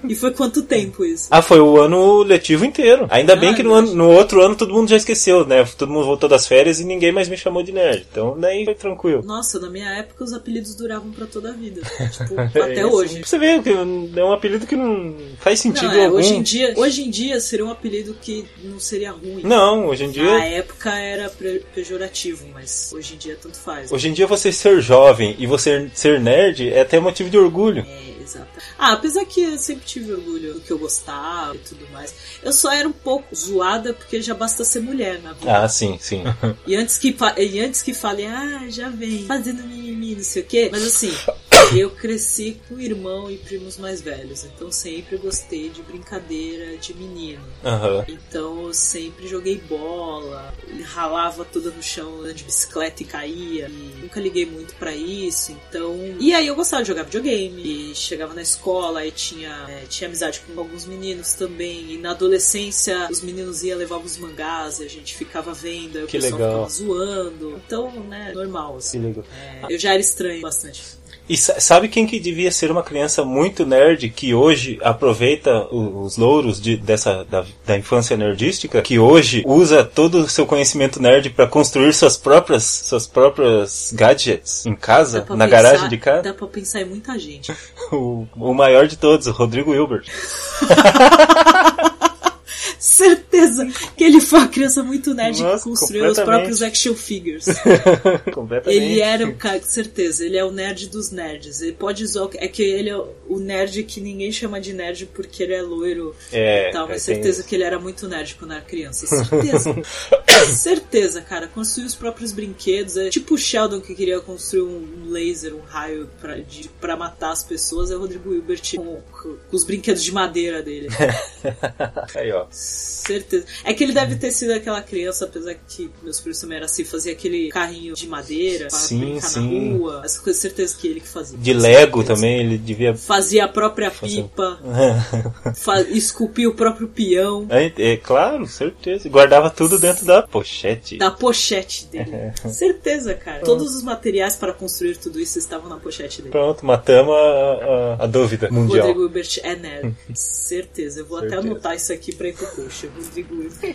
S1: E foi quanto tempo isso?
S2: Ah, foi o ano letivo inteiro. Ainda bem
S1: Ah,
S2: que
S1: é
S2: no, ano- no outro ano todo mundo já esqueceu, né? Todo mundo voltou das férias e ninguém mais me chamou de nerd. Então daí foi tranquilo.
S1: Nossa, na minha época os apelidos duravam pra toda a vida. Tipo,
S2: É
S1: até
S2: isso.
S1: hoje.
S2: Você vê que é um apelido que não faz sentido
S1: Não, é,
S2: algum.
S1: hoje em dia, hoje em dia seria um apelido que não seria ruim.
S2: Não, hoje em dia.
S1: Na época era pre- pejorativo, mas hoje em dia tanto faz.
S2: Hoje em dia você ser jovem e você ser nerd é até motivo de orgulho.
S1: É, exato. Ah, apesar que eu sempre tive orgulho do que eu gostava e tudo mais. Eu só era um pouco zoada porque já basta ser mulher na vida.
S2: Ah, sim, sim.
S1: E antes que, fa- e antes que falem, ah, já vem, fazendo mimimi, não sei o quê. Mas assim, eu cresci com irmão e primos mais velhos. Então sempre gostei de brincadeira de menino.
S2: Aham.
S1: Então eu sempre joguei bola, ralava toda no chão andava de bicicleta e caía. E nunca liguei muito pra isso, então. E aí eu gostava de jogar videogame, e chegava na escola e tinha, é, tinha amizade com alguns meninos também. E na adolescência os meninos iam levar os mangás e a gente ficava vendo, aí o
S2: Que
S1: pessoal ficava
S2: legal.
S1: zoando. Então, né, normal,
S2: Se
S1: assim.
S2: ligou.
S1: É, eu já era estranho bastante.
S2: E sabe quem que devia ser uma criança muito nerd que hoje aproveita os louros de, dessa da, da, infância nerdística, que hoje usa todo o seu conhecimento nerd para construir suas próprias suas próprias gadgets em casa, na pensar, garagem de casa?
S1: Dá para pensar em muita gente.
S2: o, o maior de todos, Rodrigo Hilbert.
S1: certeza que ele foi uma criança muito nerd Nossa, que construiu os próprios action figures.
S2: completamente.
S1: Ele é- era o cara, certeza, ele é o nerd dos nerds. Ele pode usar. É que ele é o nerd que ninguém chama de nerd porque ele é loiro é, e tal, mas certeza que ele era muito nerd quando era criança. Certeza. certeza, cara. Construiu os próprios brinquedos. É tipo o Sheldon que queria construir um laser, um raio pra, de, pra matar as pessoas. É o Rodrigo Hilbert com, com os brinquedos de madeira dele.
S2: Aí, ó
S1: certeza. É que ele deve ter sido aquela criança, apesar que meus filhos também eram assim, fazia aquele carrinho de madeira pra
S2: sim,
S1: brincar
S2: sim.
S1: na rua. Essa coisa, certeza que ele que fazia.
S2: De Lego certeza. também, ele devia.
S1: Fazia a própria pipa, faz... esculpia o próprio peão.
S2: É, é, claro, certeza. Guardava tudo dentro da pochete.
S1: Da pochete dele. É. certeza, cara. Pronto. Todos os materiais para construir tudo isso estavam na pochete dele.
S2: Pronto, matamos a, a, a dúvida mundial.
S1: Rodrigo Hilbert é nerd. certeza. Eu vou certeza. até anotar isso aqui pra ir pro coxa.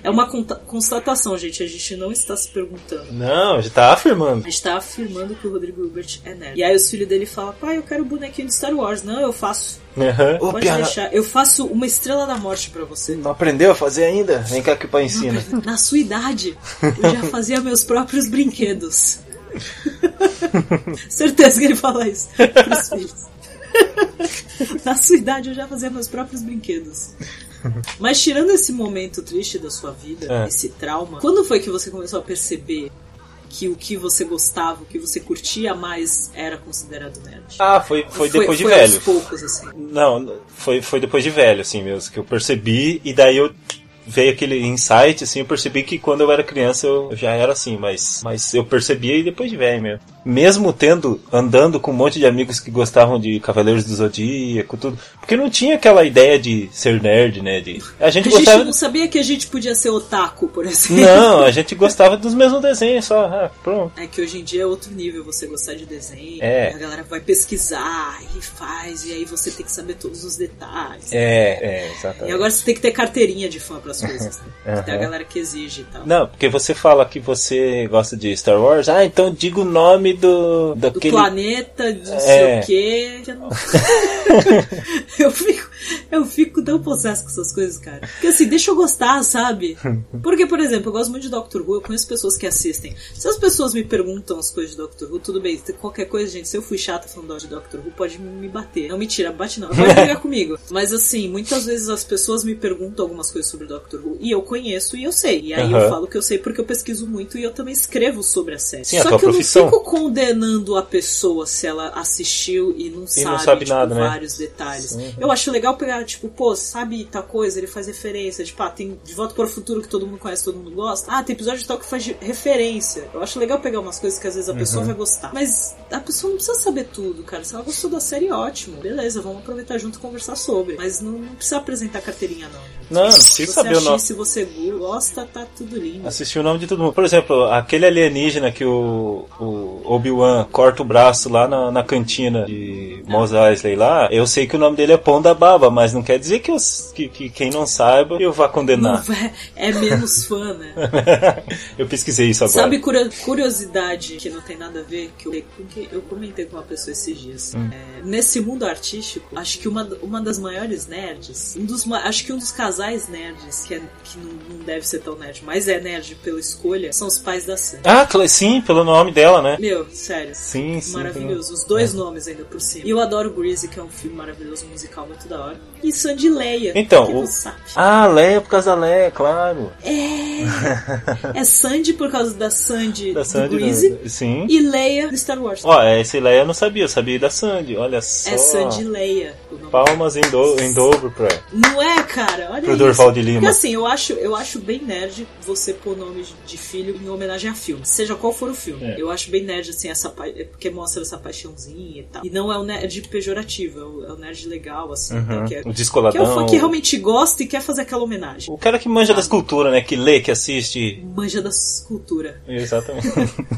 S1: É uma constatação, gente. A gente não está se perguntando.
S2: Não, a gente está afirmando.
S1: A gente está afirmando que o Rodrigo Hilbert é nerd. E aí os filhos dele falam, pai, eu quero o bonequinho de Star Wars. Não, eu faço.
S2: Uhum.
S1: Pode Opa, deixar. Eu faço uma estrela da morte para você.
S2: Não aprendeu a fazer ainda? Vem cá que o pai ensina.
S1: Na sua idade, eu já fazia meus próprios brinquedos. Certeza que ele fala isso pros filhos. Na sua idade eu já fazia meus próprios brinquedos. Mas tirando esse momento triste da sua vida, é. esse trauma, quando foi que você começou a perceber que o que você gostava, o que você curtia mais era considerado nerd?
S2: Ah, foi, foi, foi depois foi, de foi velho.
S1: Aos poucos, assim.
S2: Não, foi, foi depois de velho, assim mesmo, que eu percebi e daí eu veio aquele insight, assim, eu percebi que quando eu era criança eu já era assim, mas, mas eu percebia e depois de velho mesmo. Mesmo tendo, andando com um monte de amigos que gostavam de Cavaleiros do Zodíaco, tudo, porque não tinha aquela ideia de ser nerd, né? De,
S1: a gente, a gostava... gente não sabia que a gente podia ser otaku, por exemplo.
S2: Não, a gente gostava dos mesmos desenhos, só, ah, pronto.
S1: É que hoje em dia é outro nível você gostar de desenho,
S2: é.
S1: a galera vai pesquisar e faz, e aí você tem que saber todos os detalhes.
S2: É, né? é, exatamente.
S1: E agora você tem que ter carteirinha de fã pra coisas. Né? Uhum. Tem a galera que exige e tal.
S2: Não, porque você fala que você gosta de Star Wars, ah, então diga o nome
S1: Do,
S2: do.
S1: do planeta, de não é. sei o quê. Não... eu, fico, eu fico tão possesso com essas coisas, cara. Porque assim, deixa eu gostar, sabe? Porque, por exemplo, eu gosto muito de Doctor Who, eu conheço pessoas que assistem. Se as pessoas me perguntam as coisas de Doctor Who, tudo bem, qualquer coisa, gente, se eu fui chata falando de Doctor Who, pode me bater. Não, mentira, bate não, pode brigar comigo. Mas assim, muitas vezes as pessoas me perguntam algumas coisas sobre Doctor Doctor Who e eu conheço e eu sei. E aí uhum. eu falo que eu sei porque eu pesquiso muito e eu também escrevo sobre a série.
S2: Sim,
S1: Só
S2: a
S1: que eu
S2: profissão.
S1: não fico condenando a pessoa se ela assistiu e não e sabe,
S2: não sabe
S1: tipo,
S2: nada,
S1: vários
S2: né?
S1: detalhes. Uhum. Eu acho legal pegar, tipo, pô, sabe tal coisa, ele faz referência. Tipo, ah, tem De Volta para o Futuro que todo mundo conhece, todo mundo gosta. Ah, tem episódio de tal que faz referência. Eu acho legal pegar umas coisas que às vezes a uhum. pessoa vai gostar. Mas a pessoa não precisa saber tudo, cara. Se ela gostou da série, ótimo. Beleza, vamos aproveitar junto e conversar sobre. Mas não, não precisa apresentar carteirinha, não.
S2: Não, se saber Assim,
S1: assistir, no... se você gosta, tá tudo lindo.
S2: Assistir o nome de todo mundo. Por exemplo, aquele alienígena que o, o Obi-Wan corta o braço lá na, na cantina de Mos Eisley lá, eu sei que o nome dele é Pão da Baba, mas não quer dizer que, eu, que, que quem não saiba eu vá condenar.
S1: Vai, é menos fã, né?
S2: eu pesquisei isso agora.
S1: Sabe curiosidade que não tem nada a ver, que eu, que eu comentei com uma pessoa esses dias. Hum. É, nesse mundo artístico, acho que uma, uma das maiores nerds, um dos, acho que um dos casais nerds que, é, que não, não, deve ser tão nerd, mas é nerd pela escolha, são os pais da Sam.
S2: Ah, sim, pelo nome dela, né?
S1: Meu, sério.
S2: Sim, sim.
S1: Maravilhoso. Os dois é. nomes ainda por cima. E eu adoro Greasy, que é um filme maravilhoso, musical, muito da hora. E Sandy Leia.
S2: Então,
S1: que o...
S2: sabe. Ah, Leia por causa da Leia, claro.
S1: É. é Sandy por causa da Sandy
S2: da
S1: do
S2: Sandy né? Hum?
S1: Greasy.
S2: Do... Sim.
S1: E Leia do Star Wars.
S2: Ó, esse Leia eu não sabia, eu sabia da Sandy, olha só.
S1: É Sandy Leia.
S2: Palmas em, do... em dobro pra ela.
S1: Não é, cara? Olha
S2: Pro Durval de Lima.
S1: Porque assim, eu acho, eu acho bem nerd você pôr nome de filho em homenagem a filme. Seja qual for o filme. É. Eu acho bem nerd, assim, essa pa... porque mostra essa paixãozinha e tal. E não é o nerd pejorativo, é o, é o nerd legal, assim.
S2: Uhum.
S1: Tá? que é,
S2: o descoladão.
S1: Que é o fã que realmente gosta e quer fazer aquela homenagem.
S2: O cara que manja ah, da escultura, né? Que lê, que assiste.
S1: Manja da escultura.
S2: Exatamente.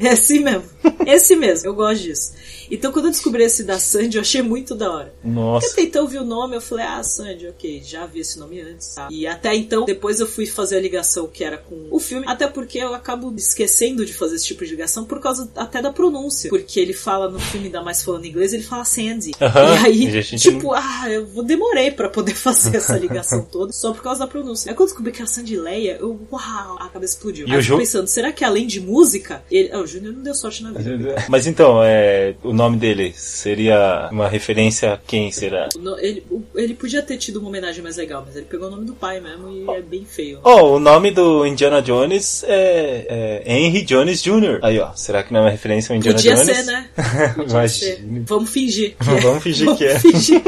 S1: é assim mesmo. Esse mesmo, eu gosto disso. Então quando eu descobri esse da Sandy, eu achei muito da hora.
S2: Nossa.
S1: Porque até então eu vi o nome, eu falei, ah, Sandy, ok, já vi esse nome antes. tá? E até então, depois eu fui fazer a ligação que era com o filme, até porque eu acabo esquecendo de fazer esse tipo de ligação por causa até da pronúncia. Porque ele fala no filme, ainda mais falando inglês, ele fala Sandy.
S2: Aham,
S1: E aí,
S2: e a gente
S1: tipo, ah, eu vou- demorei pra poder fazer essa ligação toda só por causa da pronúncia. Aí quando eu descobri que era Sandy Leia, eu, uau, a cabeça explodiu.
S2: E
S1: Aí
S2: o
S1: eu fico
S2: Ju-
S1: pensando, será que além de música, ele. Ah, o Júnior não deu sorte na vida.
S2: Mas então, é, o nome dele seria uma referência a quem será?
S1: No- Ele, o- ele podia ter tido uma homenagem mais legal, mas ele pegou o nome do pai mesmo e é bem feio.
S2: Oh, o nome do Indiana Jones é, é Henry Jones Jr. Aí, ó, será que não é uma referência ao Indiana
S1: Podia
S2: Jones?
S1: ser, né? Podia ser.
S2: Imagina.
S1: Vamos fingir.
S2: Vamos fingir que é.
S1: fingir.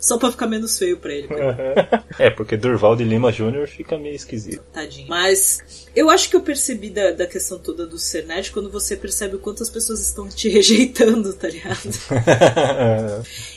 S1: Só pra ficar menos feio pra ele,
S2: É, porque Durval de Lima Jr. fica meio esquisito.
S1: tadinho. Mas eu acho que eu percebi da, da questão toda do ser nerd quando você percebe o quanto as pessoas estão te rejeitando, tá ligado?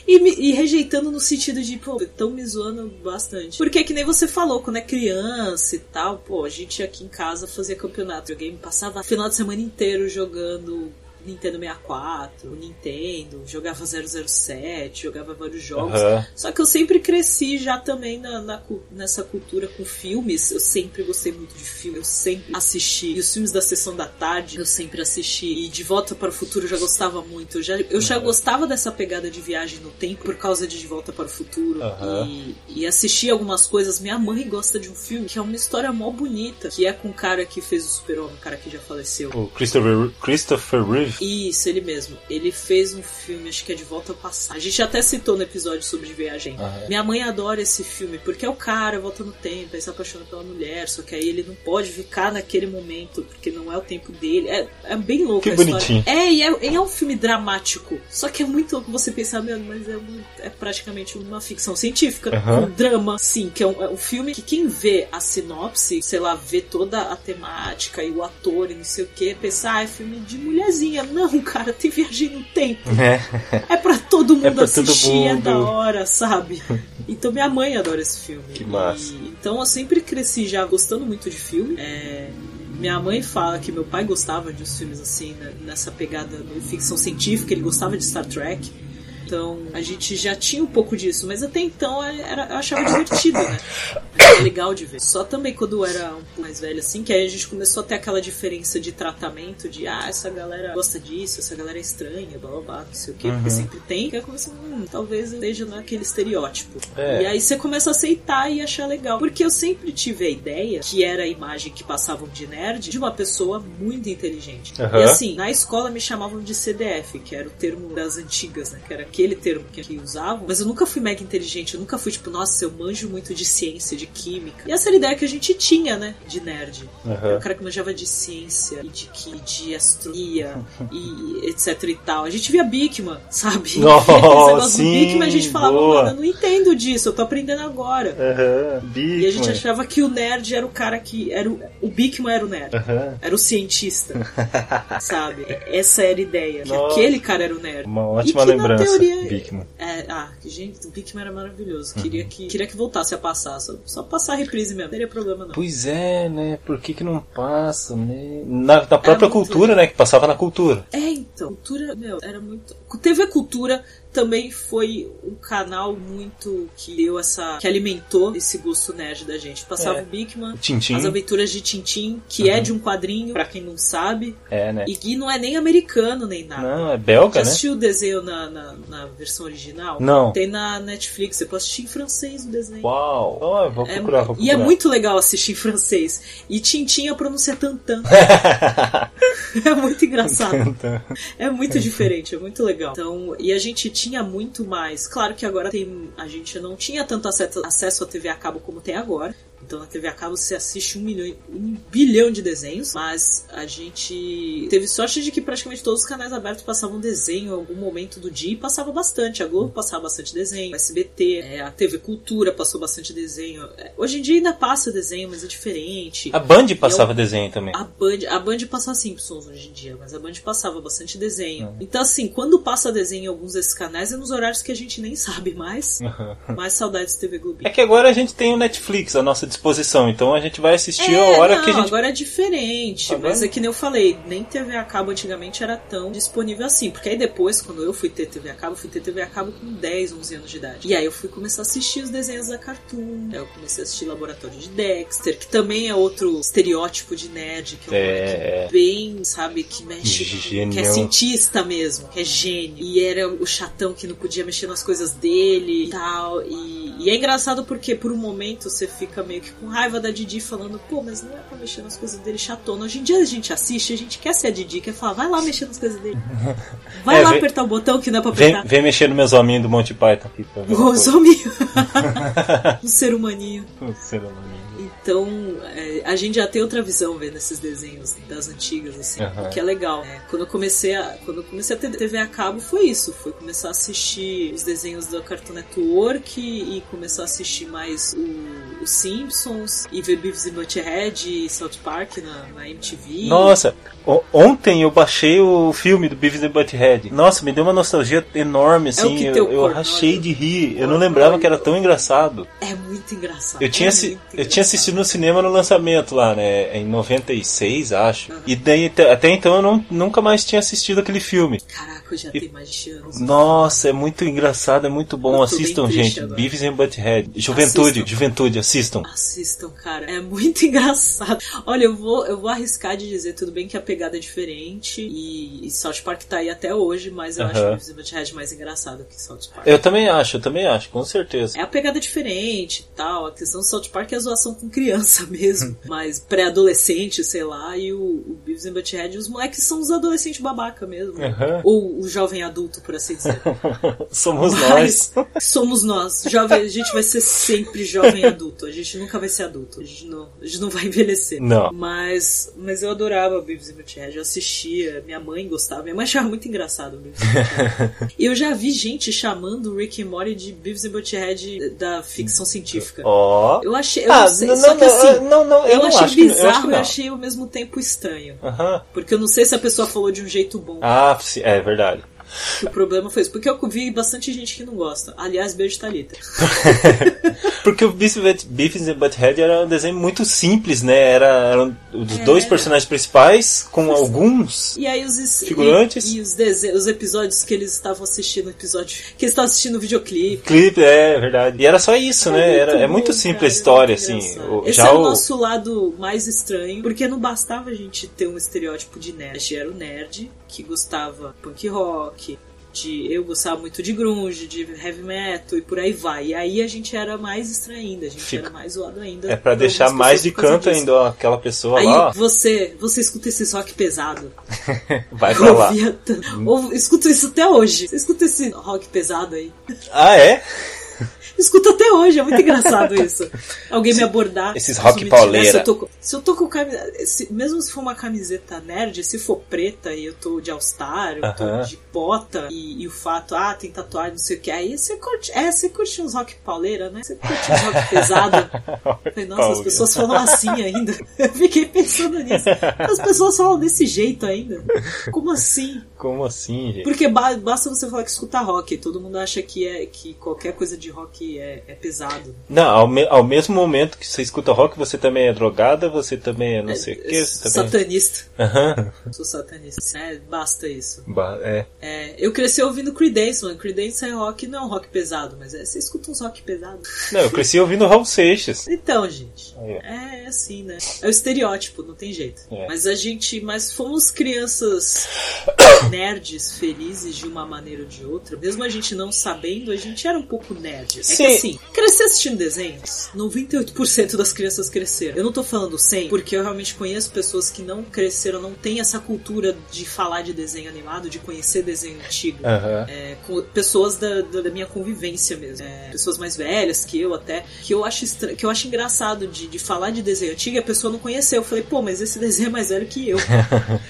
S1: E, me- e rejeitando no sentido de, pô, estão me zoando bastante. Porque é que nem você falou, quando é criança e tal, pô, a gente aqui em casa fazia campeonato. Eu game passava o final de semana inteiro jogando Nintendo 64, o Nintendo, jogava 007, jogava vários jogos.
S2: Aham.
S1: Só que eu sempre cresci já também na, na cu- nessa cultura com filmes. Eu sempre gostei muito de filme, eu sempre assisti. E os filmes da sessão da tarde eu sempre assisti. E De Volta para o Futuro eu já gostava muito. Eu já, eu já gostava dessa pegada de viagem no tempo por causa de De Volta para o Futuro.
S2: Aham.
S1: E, e assisti algumas coisas. Minha mãe gosta de um filme que é uma história mó bonita, que é com o cara que fez o Super-Homem, o cara que já faleceu.
S2: O Christopher, Christopher Reeve.
S1: Isso, ele mesmo. Ele fez um filme, acho que é De Volta ao Passado. A gente até citou no episódio sobre viagem.
S2: Aham.
S1: Minha mãe adora esse filme, porque é o cara volta no tempo, aí se apaixona pela mulher, só que aí ele não pode ficar naquele momento, porque não é o tempo dele. É, é bem louco
S2: Que
S1: a
S2: bonitinho.
S1: história. É, e é, e é um filme dramático. Só que é muito louco você pensar, meu, mas é, um- é praticamente uma ficção científica.
S2: Aham.
S1: Um drama, sim, que é um, é um filme que quem vê a sinopse, sei lá, vê toda a temática e o ator e não sei o que, pensa, ah, é filme de mulherzinha. Não, cara, tem viagem no tempo.
S2: É.
S1: É pra todo mundo
S2: É pra todo
S1: assistir,
S2: mundo.
S1: é da hora, sabe? Então minha mãe adora esse filme.
S2: Que massa.
S1: E- então eu sempre cresci já gostando muito de filme. É, minha mãe fala que meu pai gostava de uns filmes assim, né, nessa pegada de ficção científica, ele gostava de Star Trek. Então a gente já tinha um pouco disso, mas até então era- eu achava divertido, né? Era legal de ver. Só também quando eu era um pouco mais velho, assim, que aí a gente começou a ter aquela diferença de tratamento, de ah, essa galera gosta disso, essa galera é estranha, blá blá blá, não sei o quê,
S2: Uhum.
S1: porque sempre tem. E aí começa, hum, talvez eu esteja naquele estereótipo.
S2: É.
S1: E aí você começa a aceitar e achar legal. Porque eu sempre tive a ideia, que era a imagem que passavam de nerd, de uma pessoa muito inteligente.
S2: Aham.
S1: E assim, na escola me chamavam de CDF, que era o termo das antigas, né? Que era aquele termo que, que usavam. Mas eu nunca fui mega inteligente, eu nunca fui tipo, nossa, eu manjo muito de ciência, de química. E essa era a ideia que a gente tinha, né? De nerd. Era
S2: Aham.
S1: o cara que manjava de ciência e de, que- de astronomia e etc e tal. A gente via Bigman, sabe? Esse
S2: Nossa,
S1: negócio do
S2: sim,
S1: Bigman, a gente falava,
S2: boa.
S1: mano, eu não entendo disso, eu tô aprendendo agora.
S2: Aham.
S1: E a gente
S2: Bigman.
S1: achava que o nerd era o cara que. Era o, o Bigman era o nerd.
S2: Aham.
S1: Era o cientista, sabe? Essa era a ideia. Que
S2: Nossa.
S1: aquele cara era o nerd.
S2: Uma ótima
S1: E que na
S2: lembrança,
S1: teoria-
S2: Bigman.
S1: É, ah, gente, o Bigman era maravilhoso. Queria, que, queria que voltasse a passar. Só, só passar a reprise mesmo. Não teria problema, não.
S2: Pois é, né? Por que, que não passa, né? Na, na própria
S1: É muito-
S2: cultura, né? Que passava na cultura.
S1: É, então. Cultura, meu, era muito. TV Cultura também foi um canal muito que deu essa. que alimentou esse gosto nerd da gente. Passava
S2: É.
S1: o Bigman.
S2: Tintim.
S1: As aventuras de Tintim, que é de um quadrinho, pra quem não sabe,
S2: É, né?
S1: e que não é nem americano nem nada.
S2: Não, é belga,
S1: Você
S2: né?
S1: assistiu o desenho na, na, na versão original?
S2: Não.
S1: Tem na Netflix, você pode assistir em francês o desenho.
S2: Uau. Ó, eu vou
S1: É-
S2: procurar, vou
S1: e é
S2: procurar.
S1: muito legal assistir em francês. E Tintin a pronúncia Tantan. é muito engraçado.
S2: Então,
S1: É muito diferente, é muito legal. Então, e a gente tinha muito mais. Claro que agora tem, a gente não tinha tanto acesso, acesso à TV a cabo como tem agora. Então na TV a cabo você assiste um, milhão, um bilhão de desenhos, mas a gente teve sorte de que praticamente todos os canais abertos passavam desenho em algum momento do dia e passava bastante. A Globo passava bastante desenho, o SBT, eh, a TV Cultura passou bastante desenho. Eh, Hoje em dia ainda passa desenho, mas é diferente.
S2: A Band passava desenho também.
S1: A Band, a Band passa Simpsons hoje em dia, mas a Band passava bastante desenho.
S2: Uhum.
S1: Então, assim, quando passa desenho em alguns desses canais, é nos
S2: Uhum.
S1: horários que a gente nem sabe mais. Mais saudades de TV Globinho.
S2: É que agora a gente tem o Netflix à nossa disposição. Então a gente vai assistir
S1: É,
S2: a hora
S1: não,
S2: que a gente.
S1: agora é diferente.
S2: Tá
S1: mas
S2: vendo?
S1: é que nem eu falei, nem TV a cabo antigamente era tão disponível assim. Porque aí depois, quando eu fui ter TV a cabo, eu fui ter TV a cabo com 10, 11 anos de idade. E aí eu fui começar a assistir os desenhos da Cartoon. Aí eu comecei a assistir Laboratório de Dexter, que também é outro estereótipo de nerd que eu
S2: É.
S1: bem, sabe, que mexe.
S2: Genial.
S1: Que é cientista mesmo, que é gênio. E era o chatão que não podia mexer nas coisas dele e tal. E, e é engraçado porque por um momento você fica meio que com raiva da Didi falando, pô, mas não é pra mexer nas coisas dele, chatona. Hoje em dia a gente assiste, a gente quer ser a Didi, quer falar, vai lá mexer nas coisas dele. Vai
S2: É,
S1: lá
S2: vem-
S1: apertar o botão que não é pra
S2: Vem,
S1: apertar.
S2: vem mexer no meus hominhos do Monty Python aqui pra ver uma coisa.
S1: Gozominho. um ser humaninho.
S2: Putz, ser humano.
S1: Então, é, a gente já tem outra visão vendo esses desenhos das antigas, assim,
S2: Aham.
S1: o que é legal. É, quando, eu comecei a, quando eu comecei a ter TV a cabo, foi isso. Foi começar a assistir os desenhos do Cartoon Network e começar a assistir mais o, os Simpsons e ver Beavis e Butthead e South Park na, na MTV.
S2: Nossa, o- ontem eu baixei o filme do Beavis and Butthead. Nossa, me deu uma nostalgia enorme, assim.
S1: É que teu
S2: eu eu
S1: corno-
S2: rachei de rir. Eu não
S1: corno-
S2: lembrava que era tão engraçado.
S1: É muito engraçado.
S2: Eu tinha,
S1: é
S2: assi-
S1: muito
S2: eu tinha
S1: engraçado.
S2: assistido no cinema no lançamento lá, né? Em 96, acho.
S1: Uhum.
S2: E daí, até- até então eu não- nunca mais tinha assistido aquele filme.
S1: Caraca, eu já tenho mais de 20 anos.
S2: Nossa, é muito engraçado, é muito bom.
S1: Eu tô bem
S2: assistam,
S1: triste
S2: gente.
S1: agora.
S2: Beavis and Butthead. Juventude,
S1: Assistam.
S2: juventude, assistam.
S1: Assistam, cara. É muito engraçado. Olha, eu vou, eu vou arriscar de dizer tudo bem que a pegada é diferente e, e South Park tá aí até hoje, mas eu
S2: Aham.
S1: acho que Beavis and Butthead mais engraçado que South Park.
S2: Eu também acho, eu também acho, com certeza.
S1: É a pegada diferente e tal. A questão do South Park é a zoação com criança
S2: Uhum.
S1: mesmo. mas pré-adolescente, sei lá. E o, o Beavis and Butthead, os moleques são os adolescentes babaca mesmo.
S2: Aham.
S1: Ou o jovem adulto, por assim dizer.
S2: Somos nós.
S1: Mas somos nós. Jovem, a gente vai ser sempre jovem adulto. A gente nunca vai ser adulto. A gente não, a gente não vai envelhecer.
S2: Não.
S1: Mas, mas eu adorava Beavis and Butthead. Eu assistia. Minha mãe gostava. Minha mãe achava muito engraçado o Beavis and Butthead. E eu já vi gente chamando o Rick and Morty de Beavis and Butthead da ficção científica.
S2: Ó. Ah,
S1: Eu achei... Eu não sei. só que assim...
S2: não, não, eu,
S1: eu
S2: não
S1: achei
S2: acho que-
S1: bizarro
S2: eu acho que
S1: e
S2: não.
S1: achei ao mesmo tempo estranho.
S2: Aham.
S1: Porque eu não sei se a pessoa falou de um jeito bom.
S2: Ah, sim, é verdade.
S1: que o problema foi isso. Porque eu vi bastante gente que não gosta. Aliás, beijo, Thalita.
S2: Porque o Beavis and- Beavis and Butthead era um desenho muito simples, né? Era, eram os
S1: É.
S2: dois personagens principais com alguns.
S1: E aí os es-
S2: Figurantes?
S1: E, e os, dese- os episódios que eles estavam assistindo, episódio que eles estavam assistindo o videoclipe.
S2: Clipe, é verdade. E era só isso, né? era, é
S1: bom,
S2: muito
S1: cara,
S2: simples
S1: é
S2: a história, assim.
S1: engraçado.
S2: O-
S1: Esse
S2: já
S1: é o
S2: o.
S1: nosso lado mais estranho, porque não bastava a gente ter um estereótipo de nerd. Era o nerd que gostava punk rock, de eu gostava muito de grunge, de heavy metal e por aí vai. E aí a gente era mais estranho ainda, a gente
S2: Fica-
S1: era mais zoado ainda.
S2: É pra
S1: por
S2: deixar
S1: algumas
S2: mais de
S1: pessoas por causa
S2: canto
S1: disso.
S2: ainda ó, aquela pessoa
S1: Aí
S2: lá, ó,
S1: você, você escuta esse rock pesado.
S2: vai pra
S1: Eu
S2: lá.
S1: ouvia tanto. Ou- escuto isso até hoje. Você escuta esse rock pesado aí?
S2: Ah, é?
S1: Escuto até hoje, é muito engraçado isso. Alguém me abordar.
S2: esses
S1: se
S2: rock
S1: me tiver-
S2: pauleira.
S1: Se eu tô, com- se eu tô com camiseta. se- mesmo se for uma camiseta nerd, se for preta e eu tô de All-Star, eu tô
S2: Aham.
S1: de bota e, e o fato, ah, tem tatuagem, não sei o que. Aí você curte. É, você curte uns rock pauleira, né? Você curte uns rock pesado. Falei, nossa, as
S2: Pauleira.
S1: pessoas falam assim ainda. Eu fiquei pensando nisso. As pessoas falam desse jeito ainda. Como assim?
S2: Como assim, gente?
S1: Porque ba- basta você falar que escuta rock, todo mundo acha que, é, que qualquer coisa de rock é, é pesado.
S2: Não, ao, me- ao mesmo momento que você escuta rock, você também é drogada, você também é não sei o que, você também...
S1: Satanista.
S2: Aham.
S1: Sou satanista. É, basta isso.
S2: Ba- É.
S1: É, eu cresci ouvindo Creedence, mano. Creedence é rock, não é um rock pesado, mas é, você escuta uns rock pesados.
S2: Não, eu cresci ouvindo Raul Seixas.
S1: Então, gente.
S2: Aí, ó.
S1: É assim, né? É o estereótipo, não tem jeito.
S2: É.
S1: Mas a gente, mas fomos crianças nerds, felizes de uma maneira ou de outra. Mesmo a gente não sabendo, a gente era um pouco nerd. É
S2: Sim.
S1: que assim, crescer assistindo desenhos, 98% das crianças cresceram. Eu não tô falando 100, porque eu realmente conheço pessoas que não cresceram, não têm essa cultura de falar de desenho animado, de conhecer desenho antigo
S2: Aham.
S1: É, com pessoas da, da- da minha convivência mesmo. É, pessoas mais velhas que eu até, que eu acho, estra- que eu acho engraçado de, de falar de desenho antigo e a pessoa não conheceu. Eu falei, pô, mas esse desenho é mais velho que eu.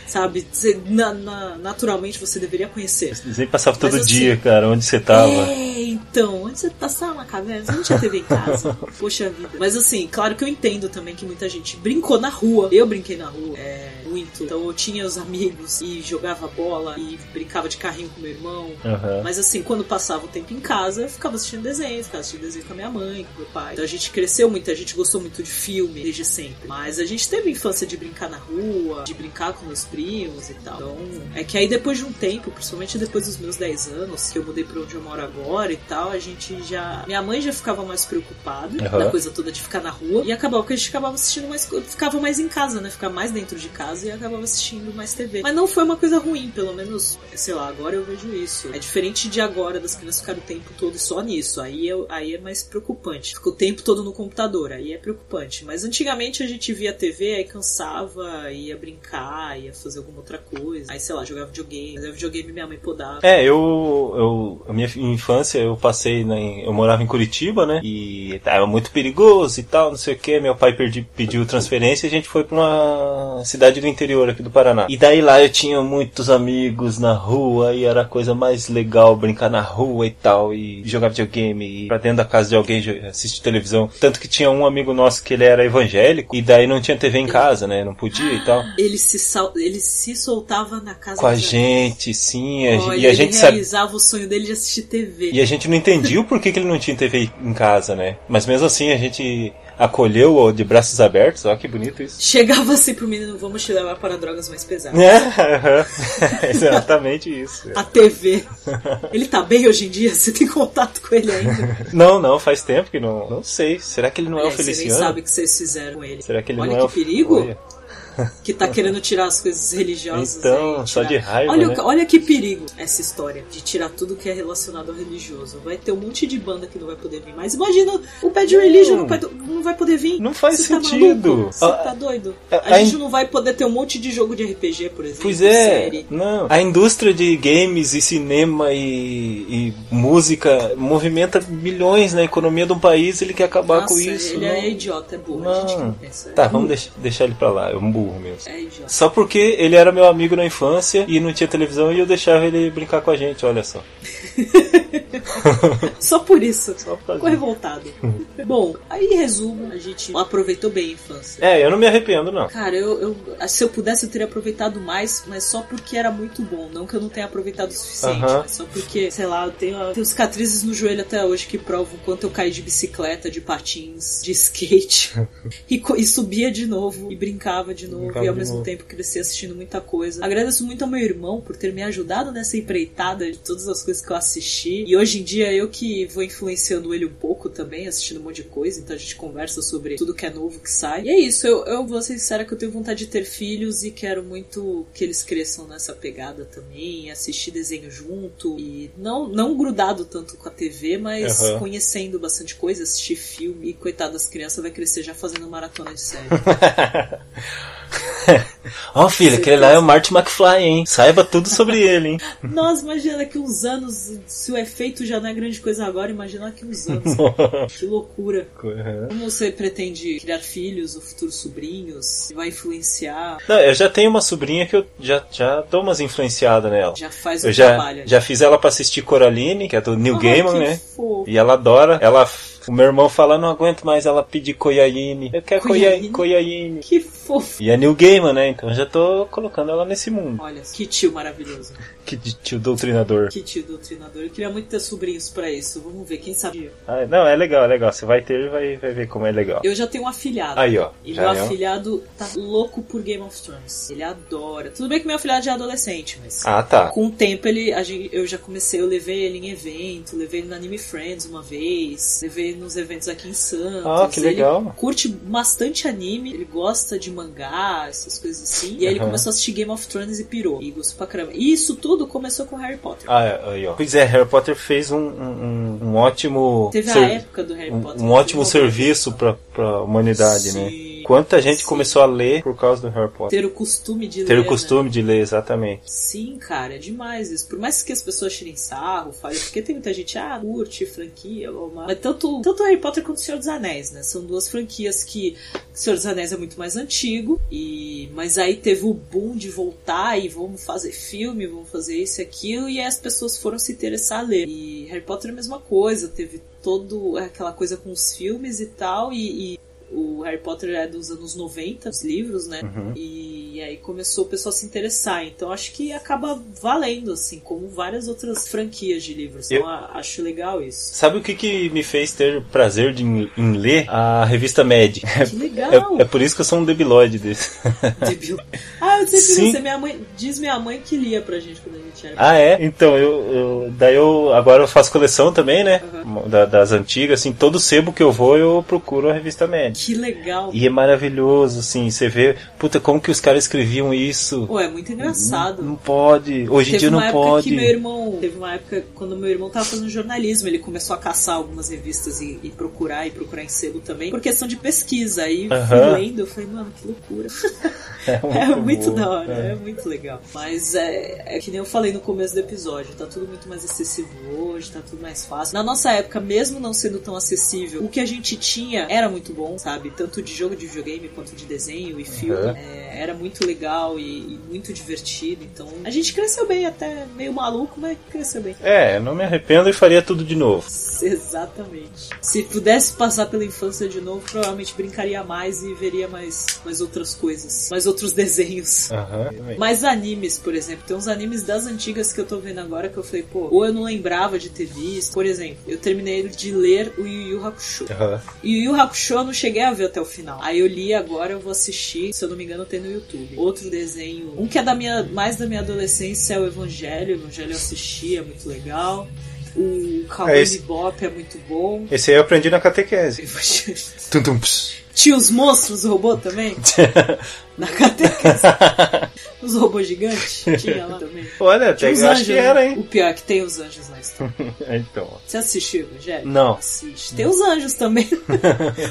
S1: Sabe? Você- na- na- naturalmente você deveria conhecer.
S2: Esse desenho passava todo
S1: assim-
S2: dia, cara, onde você tava.
S1: É, então, onde você tá só na caverna? Você não tinha TV em casa. Poxa vida. Mas assim, claro que eu entendo também que muita gente brincou na rua. Eu brinquei na rua. É, o muito. Então eu tinha os amigos e jogava bola e brincava de carrinho com meu irmão.
S2: Aham.
S1: Mas assim, quando passava o tempo em casa, eu ficava assistindo desenho, ficava assistindo desenho com a minha mãe, com meu pai. Então a gente cresceu muito, a gente gostou muito de filme desde sempre. Mas a gente teve infância de brincar na rua, de brincar com meus primos e tal. Então, é que aí depois de um tempo, principalmente depois dos meus 10 anos, que eu mudei pra onde eu moro agora e tal, a gente já. Minha mãe já ficava mais preocupada
S2: Aham.
S1: da coisa toda de ficar na rua. E acabava que a gente acabava assistindo mais. co- Ficava mais em casa, né? Ficava mais dentro de casa e acabava assistindo mais TV. Mas não foi uma coisa ruim, pelo menos, sei lá, agora eu vejo isso. É diferente de agora, das crianças ficarem o tempo todo só nisso. Aí, eu, aí é mais preocupante. Fica o tempo todo no computador, aí é preocupante. Mas antigamente a gente via TV, aí cansava, ia brincar, ia fazer alguma outra coisa. Aí, sei lá, jogava videogame. Mas aí videogame minha mãe podava.
S2: É, eu, eu. A minha infância eu passei. Na, eu morava em Curitiba, né? E era muito perigoso e tal, não sei o que. Meu pai perdi- pediu transferência e a gente foi pra uma cidade do interior aqui do Paraná. E daí lá eu tinha muitos amigos na rua e era a coisa mais legal brincar na rua e tal. E jogar videogame e ir pra dentro da casa de alguém jo- assistir televisão. Tanto que tinha um amigo nosso que ele era evangélico e daí não tinha TV em casa, né? Não podia e tal.
S1: Ele se, sal... ele se soltava na casa
S2: Com a
S1: dos
S2: gente, sim. a
S1: amigos.
S2: gen-
S1: Olha,
S2: É, e a
S1: ele
S2: gente sabia.
S1: realizava o sonho dele de assistir TV.
S2: E a gente não entendia o porquê que ele não tinha TV em casa, né? Mas mesmo assim a gente acolheu de braços abertos, ó que bonito isso.
S1: Chegava assim pro menino, vamos te levar para drogas mais pesadas.
S2: É, aham. exatamente isso.
S1: A TV. Ele tá bem hoje em dia? Você tem contato com ele ainda?
S2: Não, não, faz tempo que não. Não sei. Será que ele não é, o
S1: você nem
S2: Feliciano?
S1: sabe o que vocês fizeram com ele.
S2: Será que ele
S1: Olha
S2: não
S1: que
S2: é o
S1: perigo.
S2: Olha.
S1: Que tá querendo tirar as coisas religiosas.
S2: Então,
S1: aí, tirar-
S2: só de raiva,
S1: Olha, o
S2: né?
S1: ca- olha que perigo essa história de tirar tudo que é relacionado ao religioso. Vai ter um monte de banda que não vai poder vir mais. Imagina, o Bad Religion não vai, não vai poder vir.
S2: Não faz
S1: Você tá
S2: sentido.
S1: maluco? Você
S2: A-
S1: tá doido?
S2: a-
S1: A,
S2: a
S1: gente
S2: in-
S1: não vai poder ter um monte de jogo de RPG, por exemplo.
S2: Pois é,
S1: série.
S2: não. A indústria de games e cinema e, e música movimenta milhões na economia de um país. Ele quer acabar
S1: Nossa,
S2: com isso.
S1: ele
S2: não.
S1: é idiota, é burro. A gente
S2: Não.
S1: não pensa.
S2: Tá, vamos deix- deixar ele pra lá. É um burro mesmo.
S1: É idiota.
S2: Só porque ele era meu amigo na infância e não tinha televisão e eu deixava ele brincar com a gente, olha só.
S1: Só por isso.
S2: Só por causa
S1: Ficou
S2: disso.
S1: revoltado. Bom, aí em resumo, a gente aproveitou bem a infância.
S2: É, eu não me arrependo, não.
S1: Cara, eu, eu- se eu pudesse eu teria aproveitado mais, mas só porque era muito bom. Não que eu não tenha aproveitado o suficiente,
S2: Aham.
S1: mas só porque, sei lá, eu tenho, eu tenho cicatrizes no joelho até hoje que provam o quanto eu caí de bicicleta, de patins, de skate. e, co- e subia de novo, e brincava de novo,
S2: Brincava
S1: e ao
S2: de
S1: mesmo
S2: novo.
S1: tempo cresci assistindo muita coisa. Agradeço muito ao meu irmão por ter me ajudado nessa empreitada de todas as coisas que eu assisti. E hoje em dia eu que vou influenciando ele um pouco também, assistindo um monte de coisa. Então a gente conversa sobre tudo que é novo que sai. E é isso, eu, eu vou ser sincera que eu tenho vontade de ter filhos e quero muito que eles cresçam nessa pegada também, assistir desenho junto. E não, não grudado tanto com a TV, mas
S2: Aham.
S1: conhecendo bastante coisa, assistir filme. E coitado das crianças, vai crescer já fazendo maratona de série.
S2: Ó, filho, aquele lá é o Marty McFly, hein? Saiba tudo sobre ele, hein?
S1: Nossa, imagina que uns anos, se o efeito já não é grande coisa agora, imagina que uns anos. que loucura.
S2: Uhum.
S1: Como você pretende criar filhos ou futuros sobrinhos? Vai influenciar?
S2: Não, eu já tenho uma sobrinha que eu já, já dou umas influenciadas nela.
S1: Já faz o
S2: Eu já,
S1: trabalho. né?
S2: já fiz ela pra assistir Coraline, que é do New
S1: Ah,
S2: Gaiman,
S1: que
S2: né?
S1: fofo.
S2: E ela adora. Ela, o meu irmão fala, não aguento mais ela pedir Koyaine. Eu quero Koyaine.
S1: Koyaine?
S2: Koyaine.
S1: Que fofo.
S2: E é New Gaiman, né? Então já tô colocando ela nesse mundo.
S1: Olha, que tio maravilhoso.
S2: Que de tio doutrinador.
S1: Que tio doutrinador. Eu queria muito ter sobrinhos pra isso. Vamos ver, quem sabe.
S2: Ah, não, é legal, é legal. Você vai ter e vai, vai ver como é legal.
S1: Eu já tenho um afilhado.
S2: Aí, ó.
S1: E meu
S2: já é, ó.
S1: afilhado tá louco por Game of Thrones. Ele adora. Tudo bem que meu afilhado já é adolescente, mas.
S2: Ah, tá.
S1: Com o tempo ele, a gente- eu já comecei, eu levei ele em evento, levei ele no Anime Friends uma vez, levei ele nos eventos aqui em Santos.
S2: Ah, que
S1: Ele
S2: legal.
S1: curte bastante anime, ele gosta de mangá, essas coisas assim. E aí ele
S2: Aham.
S1: começou a assistir Game of Thrones e pirou. E gostou pra caramba. E isso tudo começou com Harry Potter.
S2: Ah, é, aí, ó. Pois é, Harry Potter fez um, um, um- um ótimo.
S1: Teve a
S2: ser-
S1: época do Harry Potter.
S2: um, um
S1: que
S2: ótimo
S1: foi uma-
S2: serviço pra, pra humanidade,
S1: Sim.
S2: né? Quanta gente
S1: Sim.
S2: começou a ler por causa do Harry Potter.
S1: Ter o costume de
S2: Ter
S1: ler,
S2: o
S1: né?
S2: costume de ler, exatamente.
S1: Sim, cara, é demais isso. Por mais que as pessoas tirem sarro, falem, porque tem muita gente, ah, curte franquia, blá, blá, blá. mas tanto, tanto Harry Potter quanto o Senhor dos Anéis, né? São duas franquias que o Senhor dos Anéis é muito mais antigo, e mas aí teve o boom de voltar e vamos fazer filme, vamos fazer isso e aquilo, e aí as pessoas foram se interessar a ler. E Harry Potter é a mesma coisa, teve todo aquela coisa com os filmes e tal, e- e o Harry Potter é dos anos 90, os livros, né?
S2: Uhum.
S1: E E aí começou o pessoal a se interessar. Então acho que acaba valendo, assim, como várias outras franquias de livros. Então
S2: Eu-
S1: a- acho legal isso.
S2: Sabe o que, que me fez ter prazer de, em em ler? A revista Mad.
S1: Que legal!
S2: É, é por isso que eu sou um debilóide desse.
S1: Debil. Ah, eu sempre
S2: Sim.
S1: você, minha mãe. Diz minha mãe que lia pra gente quando a gente era.
S2: Ah, é? Então, eu, eu- daí eu agora eu faço coleção também, né?
S1: Uhum.
S2: Da- das antigas, assim, todo sebo que eu vou, eu procuro a revista Mad.
S1: Que legal!
S2: E é maravilhoso, assim, você vê, puta, como que os caras escreviam isso?
S1: Pô, é muito engraçado.
S2: Não pode, hoje em
S1: Teve
S2: dia
S1: uma
S2: não
S1: época
S2: pode.
S1: que meu irmão. Teve uma época quando meu irmão tava fazendo jornalismo, ele começou a caçar algumas revistas e, e procurar, e procurar em sebo também, por questão de pesquisa. Aí fui
S2: Aham.
S1: lendo, eu falei, mano, que loucura.
S2: É
S1: É muito
S2: bom,
S1: da hora,
S2: é.
S1: é. muito legal. Mas é, é que nem eu falei no começo do episódio, tá tudo muito mais acessível hoje, tá tudo mais fácil. Na nossa época, mesmo não sendo tão acessível, o que a gente tinha era muito bom, sabe? Tanto de jogo de videogame quanto de desenho e filme.
S2: Aham.
S1: É, era muito legal e, e muito divertido. Então a gente cresceu bem, até meio maluco, mas cresceu bem.
S2: É, não me arrependo e faria tudo de novo.
S1: Exatamente. Se pudesse passar pela infância de novo, provavelmente brincaria mais e veria mais, mais outras coisas, mais outros desenhos.
S2: Aham. também.
S1: Mas animes, por exemplo, tem uns animes das antigas que eu tô vendo agora que eu falei, pô, ou eu não lembrava de ter visto. Por exemplo, eu terminei de ler o Yu Yu Hakusho.
S2: Aham.
S1: E o Yu Hakusho eu não cheguei a ver até o final. Aí eu li agora, eu vou assistir, se eu não me engano, tem no YouTube. Outro desenho, um que é da minha, mais da minha adolescência é o Evangelho. O Evangelho eu assisti, é muito legal. O Cowboy
S2: É esse-
S1: Bebop é muito bom.
S2: Esse aí eu aprendi na catequese. Tum, tum, ps.
S1: Tinha os monstros robô também? Na catequese. Os robôs gigantes? Tinha lá também.
S2: Olha,
S1: Tinha
S2: até
S1: os
S2: eu acho que
S1: anjos,
S2: era,
S1: né?
S2: hein?
S1: O pior é que tem os anjos na história.
S2: então.
S1: Você assistiu, Evangelho?
S2: Não.
S1: Assiste. Tem os anjos também.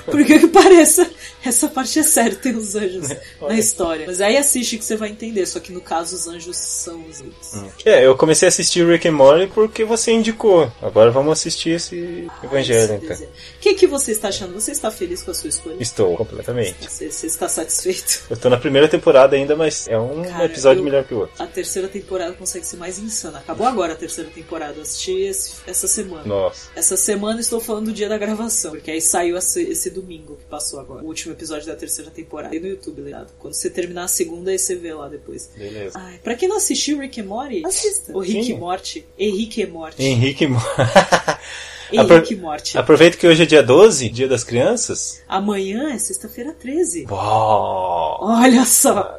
S1: Por que que pareça, essa parte é séria, tem os anjos na história. Mas aí assiste que você vai entender, só que no caso os anjos são os anjos.
S2: É, eu comecei a assistir Rick and Morty porque você indicou. Agora vamos assistir esse Evangelho, então.
S1: O que, que você está achando? Você está feliz com a sua escolha?
S2: Estou, completamente.
S1: Você, você está satisfeito?
S2: Eu tô na primeira temporada ainda, mas é um
S1: Cara,
S2: episódio
S1: eu-
S2: melhor que o outro.
S1: A terceira temporada consegue ser mais insana. Acabou agora a terceira temporada. Eu assisti esse- essa semana.
S2: Nossa.
S1: Essa semana estou falando do dia da gravação, porque aí saiu esse, esse domingo que passou agora. O último episódio da terceira temporada. Tem no YouTube, ligado? Quando você terminar a segunda, aí você vê lá depois.
S2: Beleza.
S1: Ai, pra quem não assistiu Rick and Morty, assista. O Rick
S2: Sim.
S1: e Morty. Henrique e Morty.
S2: Henrique. Mo-
S1: Henrique e Morty.
S2: Aproveita que hoje é dia 12, dia das crianças.
S1: Amanhã é sexta-feira 13.
S2: Uau!
S1: Olha só!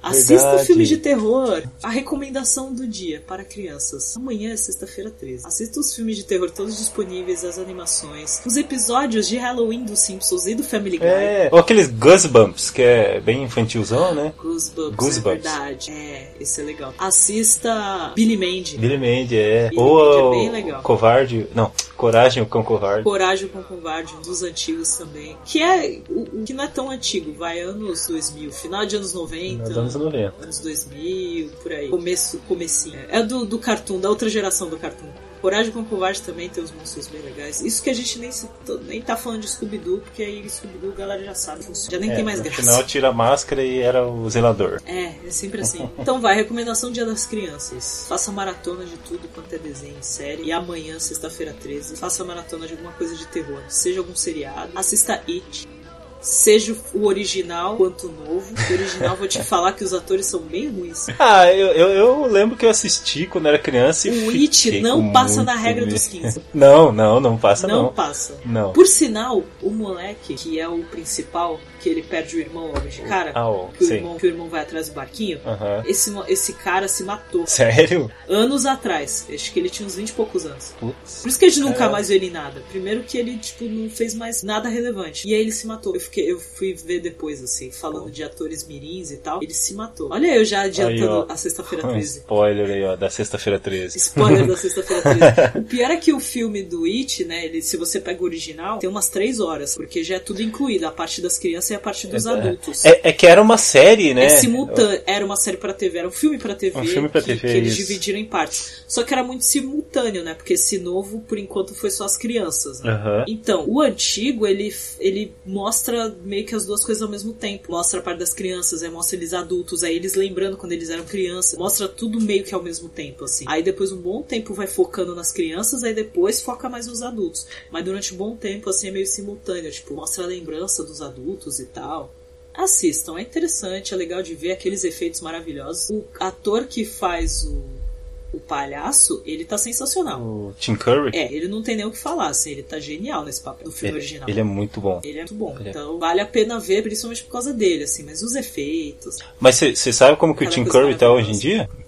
S1: Assista
S2: verdade.
S1: filme de terror. A recomendação do dia para crianças. Amanhã é sexta-feira 13. Assista os filmes de terror todos disponíveis, as animações, os episódios de Halloween dos Simpsons e do Family Guy.
S2: É, ou aqueles Goosebumps, que é bem infantilzão, né?
S1: Goosebumps,
S2: Goosebumps.
S1: é verdade. É, esse é legal. Assista Billy Mandy.
S2: Billy Mandy, é.
S1: Billy Mandy é
S2: Ou
S1: bem
S2: o
S1: legal.
S2: Covarde. Não, Coragem, o Cão Covarde.
S1: Coragem com Covarde, um dos antigos também. Que é o, o que não é tão antigo, vai anos 2000, final de anos 90.
S2: Nos anos 90.
S1: anos 2000, por aí. Começo, comecinho. É do, do cartoon, da outra geração do cartoon. Coragem com Covarde também tem os monstros bem legais. Isso que a gente nem, citou- nem tá falando de Scooby-Doo, porque aí Scooby-Doo a galera já sabe, funciona. já nem
S2: é,
S1: tem mais
S2: no
S1: graça.
S2: final tira a máscara e era o zelador.
S1: É, é sempre assim. Então vai, recomendação Dia das Crianças. Faça maratona de tudo quanto é desenho, série. E amanhã, sexta-feira 13, faça maratona de alguma coisa de terror. Seja algum seriado. Assista It. Seja o original quanto o novo. O original, vou te falar que os atores são bem ruins.
S2: Ah, eu, eu, eu lembro que eu assisti quando era criança e
S1: O Um
S2: fiquei
S1: It não
S2: com
S1: passa
S2: muito
S1: na regra
S2: medo.
S1: dos 15.
S2: Não, não, não passa
S1: não,
S2: não.
S1: passa.
S2: Não.
S1: Por sinal, o moleque, que é o principal, que ele perde o irmão logo de cara,
S2: Ah, ó,
S1: que, o
S2: sim.
S1: irmão que o irmão vai atrás do barquinho,
S2: Aham.
S1: esse, mo- esse cara se matou.
S2: Sério?
S1: anos atrás. Acho que ele tinha uns 20 e poucos anos.
S2: Putz.
S1: Por isso que a gente nunca
S2: É.
S1: mais viu ele em nada. Primeiro que ele, tipo, não fez mais nada relevante. E aí ele se matou. Eu, fiquei, eu fui ver depois, assim, falando de atores mirins e tal. Ele se matou. Olha eu já adiantando
S2: Aí, ó.
S1: a sexta-feira
S2: Um
S1: 13.
S2: spoiler aí, ó, da sexta-feira 13.
S1: Spoiler da sexta-feira 13. O pior é que o filme do It, né? Ele, se você pega o original, tem umas três horas, porque já é tudo incluído, a parte das crianças e a parte dos adultos.
S2: É, é que era uma série, né?
S1: É simultâneo. Era uma série pra TV, era um filme pra TV.
S2: Um filme pra
S1: que,
S2: TV,
S1: que eles
S2: isso.
S1: dividiram em partes. Só que era muito simultâneo, né? Porque esse novo, por enquanto, foi só as crianças, né?
S2: Aham.
S1: Então, o antigo, ele, ele mostra meio que as duas coisas ao mesmo tempo. Mostra a parte das crianças, aí mostra eles adultos, aí eles lembrando quando eles eram crianças. Mostra tudo meio que ao mesmo tempo, assim. Aí depois um bom tempo vai focando nas crianças, aí depois foca mais nos adultos. Mas durante um bom tempo, assim, é meio simultâneo. Tipo, mostra a lembrança dos adultos e tal. assistam. É interessante, é legal de ver aqueles efeitos maravilhosos. O ator que faz o, o palhaço, ele tá sensacional.
S2: O Tim Curry?
S1: É, ele não tem nem o que falar, assim, ele tá genial nesse papel do filme
S2: Ele,
S1: original.
S2: ele é muito bom.
S1: Ele é muito bom,
S2: Ele é.
S1: então vale a pena ver, principalmente por causa dele, assim, mas os efeitos.
S2: Mas você sabe como que o
S1: Cada
S2: Tim
S1: coisa
S2: Curry tá hoje em
S1: maravilhosa.
S2: dia?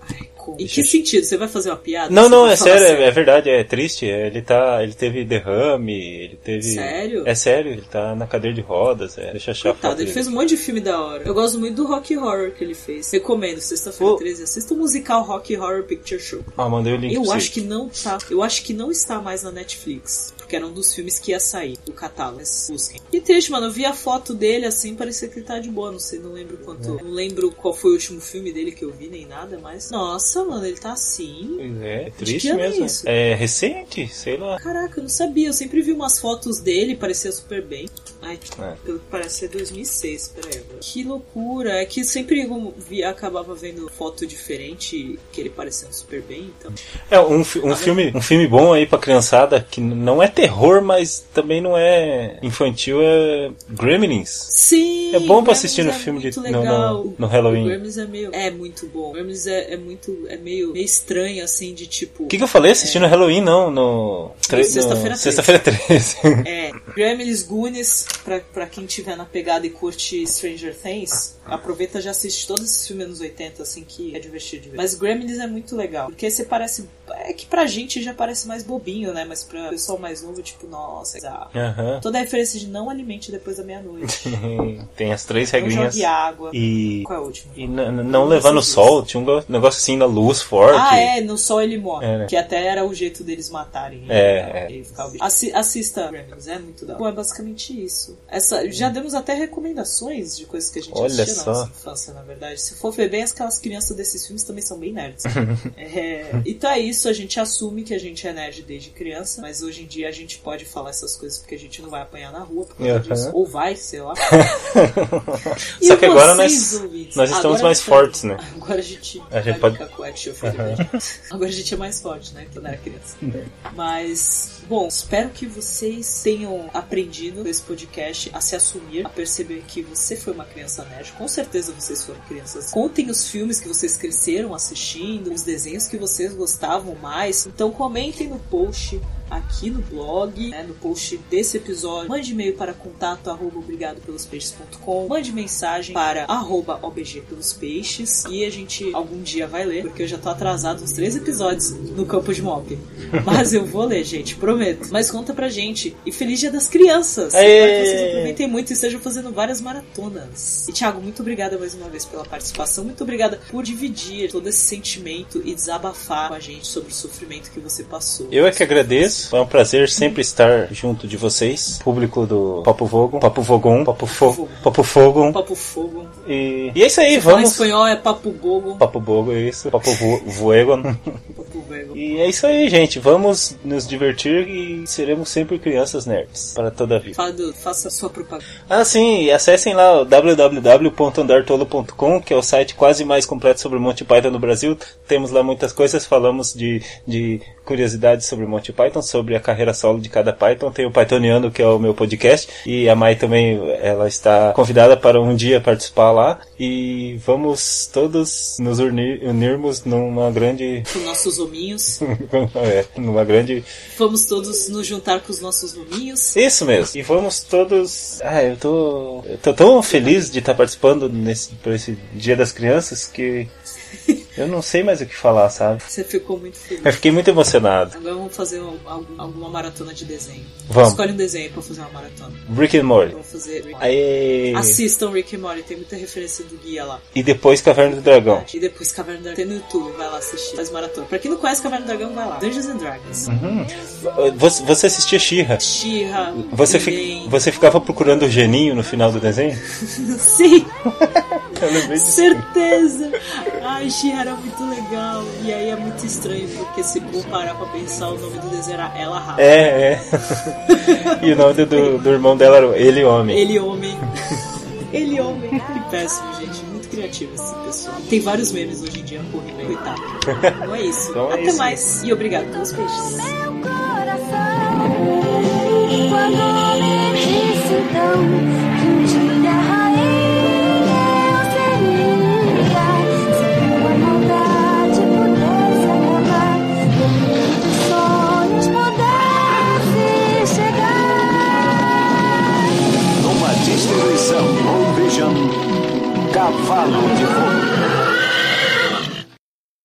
S1: Ai, como- Em
S2: Deixa
S1: que
S2: eu-
S1: sentido? Você vai fazer uma piada?
S2: Não,
S1: Você
S2: não,
S1: vai
S2: é
S1: falar assim,
S2: sério, é, é verdade, é triste. é, ele tá. Ele teve derrame, ele teve.
S1: Sério?
S2: É sério, ele tá na cadeira de rodas. É. Deixa eu achar a foto
S1: Coitado, ele
S2: dele.
S1: fez um monte de filme da hora. Eu gosto muito do Rock Horror que ele fez. Recomendo, sexta-feira
S2: O-
S1: 13, assista o musical Rock Horror Picture Show.
S2: Ah, mandei o link pra
S1: Eu
S2: você.
S1: acho que não tá. Eu acho que não está mais na Netflix. Porque era um dos filmes que ia sair do catálogo. Mas busquem. E triste, mano. Eu vi a foto dele assim, parecia que ele tá de boa. Não sei, não lembro quanto. Não lembro qual foi o último filme dele que eu vi, nem nada, mas. Nossa, mano, ele tá assim.
S2: Pois é, é
S1: que
S2: triste
S1: ano é
S2: mesmo.
S1: isso?
S2: É recente, sei lá.
S1: Caraca, eu não sabia. Eu sempre vi umas fotos dele, parecia super bem. Ai,
S2: É.
S1: pelo que parece ser 2006, peraí. agora. Que loucura. É que sempre eu via, acabava vendo foto diferente que ele parecendo super bem, então.
S2: É um, fi- um filme, um filme bom aí pra criançada que não é terror, mas também não é infantil, é Gremlins.
S1: Sim!
S2: É bom pra
S1: Gremlins
S2: assistir no
S1: é
S2: filme de-
S1: muito
S2: no-
S1: legal.
S2: no- no Halloween.
S1: O Gremlins é meio. É muito bom. O Gremlins é, é muito. É meio, meio estranho, assim, de tipo.
S2: O que, que eu falei? Assistindo Halloween, não, no. tre-
S1: Sexta-feira
S2: no- Sexta-feira 13.
S1: É. Gremlins Goonies, pra, pra quem tiver na pegada e curte Stranger Things, aproveita e já assiste todos esses filmes anos 80, assim, que é divertido de ver. Mas Gremlins é muito legal. Porque você parece. É que pra gente já parece mais bobinho, né? Mas pra pessoal mais novo, tipo, nossa, é bizarro.
S2: Aham.
S1: Toda a referência de não alimente depois da meia-noite.
S2: Tem as três
S1: Não
S2: regrinhas.
S1: jogue água.
S2: E.
S1: Qual é o último?
S2: E n- n- não levar no sol, tinha um go- negócio assim na luz forte.
S1: Ah, é, no sol ele morre.
S2: É, né?
S1: Que até era o jeito deles matarem ele.
S2: É,
S1: tá?
S2: é.
S1: Ele ficava bicho. Assi- assista Gremlins, é muito da hora. Bom, é basicamente isso. Essa, já demos até recomendações de coisas que a gente
S2: Hum. Olha
S1: assistia na
S2: só.
S1: nossa infância, na verdade. Se for ver bem, aquelas crianças desses filmes também são bem nerds. É, então é isso, a gente assume que a gente é nerd desde criança, mas hoje em dia a gente pode falar essas coisas porque a gente não vai apanhar na rua por causa
S2: Aham.
S1: disso. Ou vai, sei lá. E
S2: Só que agora
S1: vocês,
S2: nós,
S1: ouvintes?
S2: nós estamos
S1: Agora
S2: mais
S1: nós-
S2: fortes, né?
S1: Agora a gente,
S2: A gente
S1: vai
S2: pode-
S1: brincar com o action figure, né? Agora a gente é mais forte, né? Quando era criança. Mas, bom, espero que vocês tenham aprendido com esse podcast a se assumir, a perceber que você foi uma criança nerd. Com certeza vocês foram crianças. Contem os filmes que vocês cresceram assistindo, os desenhos que vocês gostavam mais. Então comentem no post aqui no blog, né, no post desse episódio. Mande e-mail para contato arroba obrigadopelospeixes.com. Mande mensagem para arroba obg pelos peixes e a gente algum dia vai ler, porque eu já tô atrasado uns três episódios no campo de mop. Mas eu vou ler, gente, prometo. Mas conta pra gente. E feliz dia das crianças!
S2: Aê!
S1: Espero que vocês aproveitem muito e estejam fazendo várias maratonas. E Thiago, muito obrigada mais uma vez pela participação. Muito obrigada por dividir todo esse sentimento e desabafar com a gente sobre o sofrimento que você passou.
S2: Eu é que agradeço. É um prazer sempre estar junto de vocês, público do Papo Vogon, Papo Vogon, Papo Fogo, Papo Fogon.
S1: Papo fogo.
S2: E, e é isso aí,
S1: Falar em
S2: vamos.
S1: espanhol é papo bobo.
S2: Papo Bogo, é isso. Papo vo Voegon.
S1: Papo vergo.
S2: E é isso aí, gente. Vamos nos divertir e seremos sempre crianças nerds para toda a vida.
S1: Fala do- faça sua propaganda.
S2: Ah, sim, e acessem lá o www.andartolo.com, que é o site quase mais completo sobre Monty Python no Brasil. Temos lá muitas coisas, falamos de, de curiosidades sobre Monty Python, sobre a carreira solo de cada Python. Tem o Pythoniano, que é o meu podcast, e a Mai também, ela está convidada para um dia participar lá. E vamos todos nos unir, unirmos numa grande...
S1: Com nossos hominhos.
S2: é, numa grande...
S1: Vamos todos nos juntar com os nossos hominhos.
S2: Isso mesmo. E vamos todos. Ah, eu tô. Eu tô tão feliz de estar participando nesse por esse Dia das Crianças que eu não sei mais o que falar, sabe?
S1: Você ficou muito
S2: Eu
S1: feliz.
S2: fiquei muito emocionado.
S1: Agora vamos fazer um- algum- alguma maratona de desenho.
S2: Vamos.
S1: Escolhe um desenho pra fazer uma maratona.
S2: Rick and Morty.
S1: Vamos fazer.
S2: Aê!
S1: Assistam Rick and Morty, tem muita referência do guia lá.
S2: E depois Caverna do Dragão.
S1: E depois Caverna do Dragão tem no YouTube, vai lá assistir. Faz maratona. Pra quem não conhece Caverna do Dragão, vai lá. Dungeons and Dragons.
S2: Uhum. Você, você assistia She-Ra?
S1: She-Ra.
S2: Você, fi...
S1: He-Man.
S2: você ficava procurando o geninho no final do desenho?
S1: Sim!
S2: Eu lembrei disso.
S1: Certeza! Ai, She era muito legal. E aí é muito estranho, porque se for parar pra pensar, o nome do desenho era Ela Rafa.
S2: É, é. e o nome do- do, do irmão dela era Ele Homem.
S1: Ele homem. Ele homem. Que péssimo, gente. Muito criativo esse pessoal. Tem vários memes hoje em dia, porra, né? coitado. Então é isso.
S2: Então é
S1: Até
S2: isso.
S1: mais. E obrigado pelos peixes.
S3: Meu coração, quando me disse então que um Chega.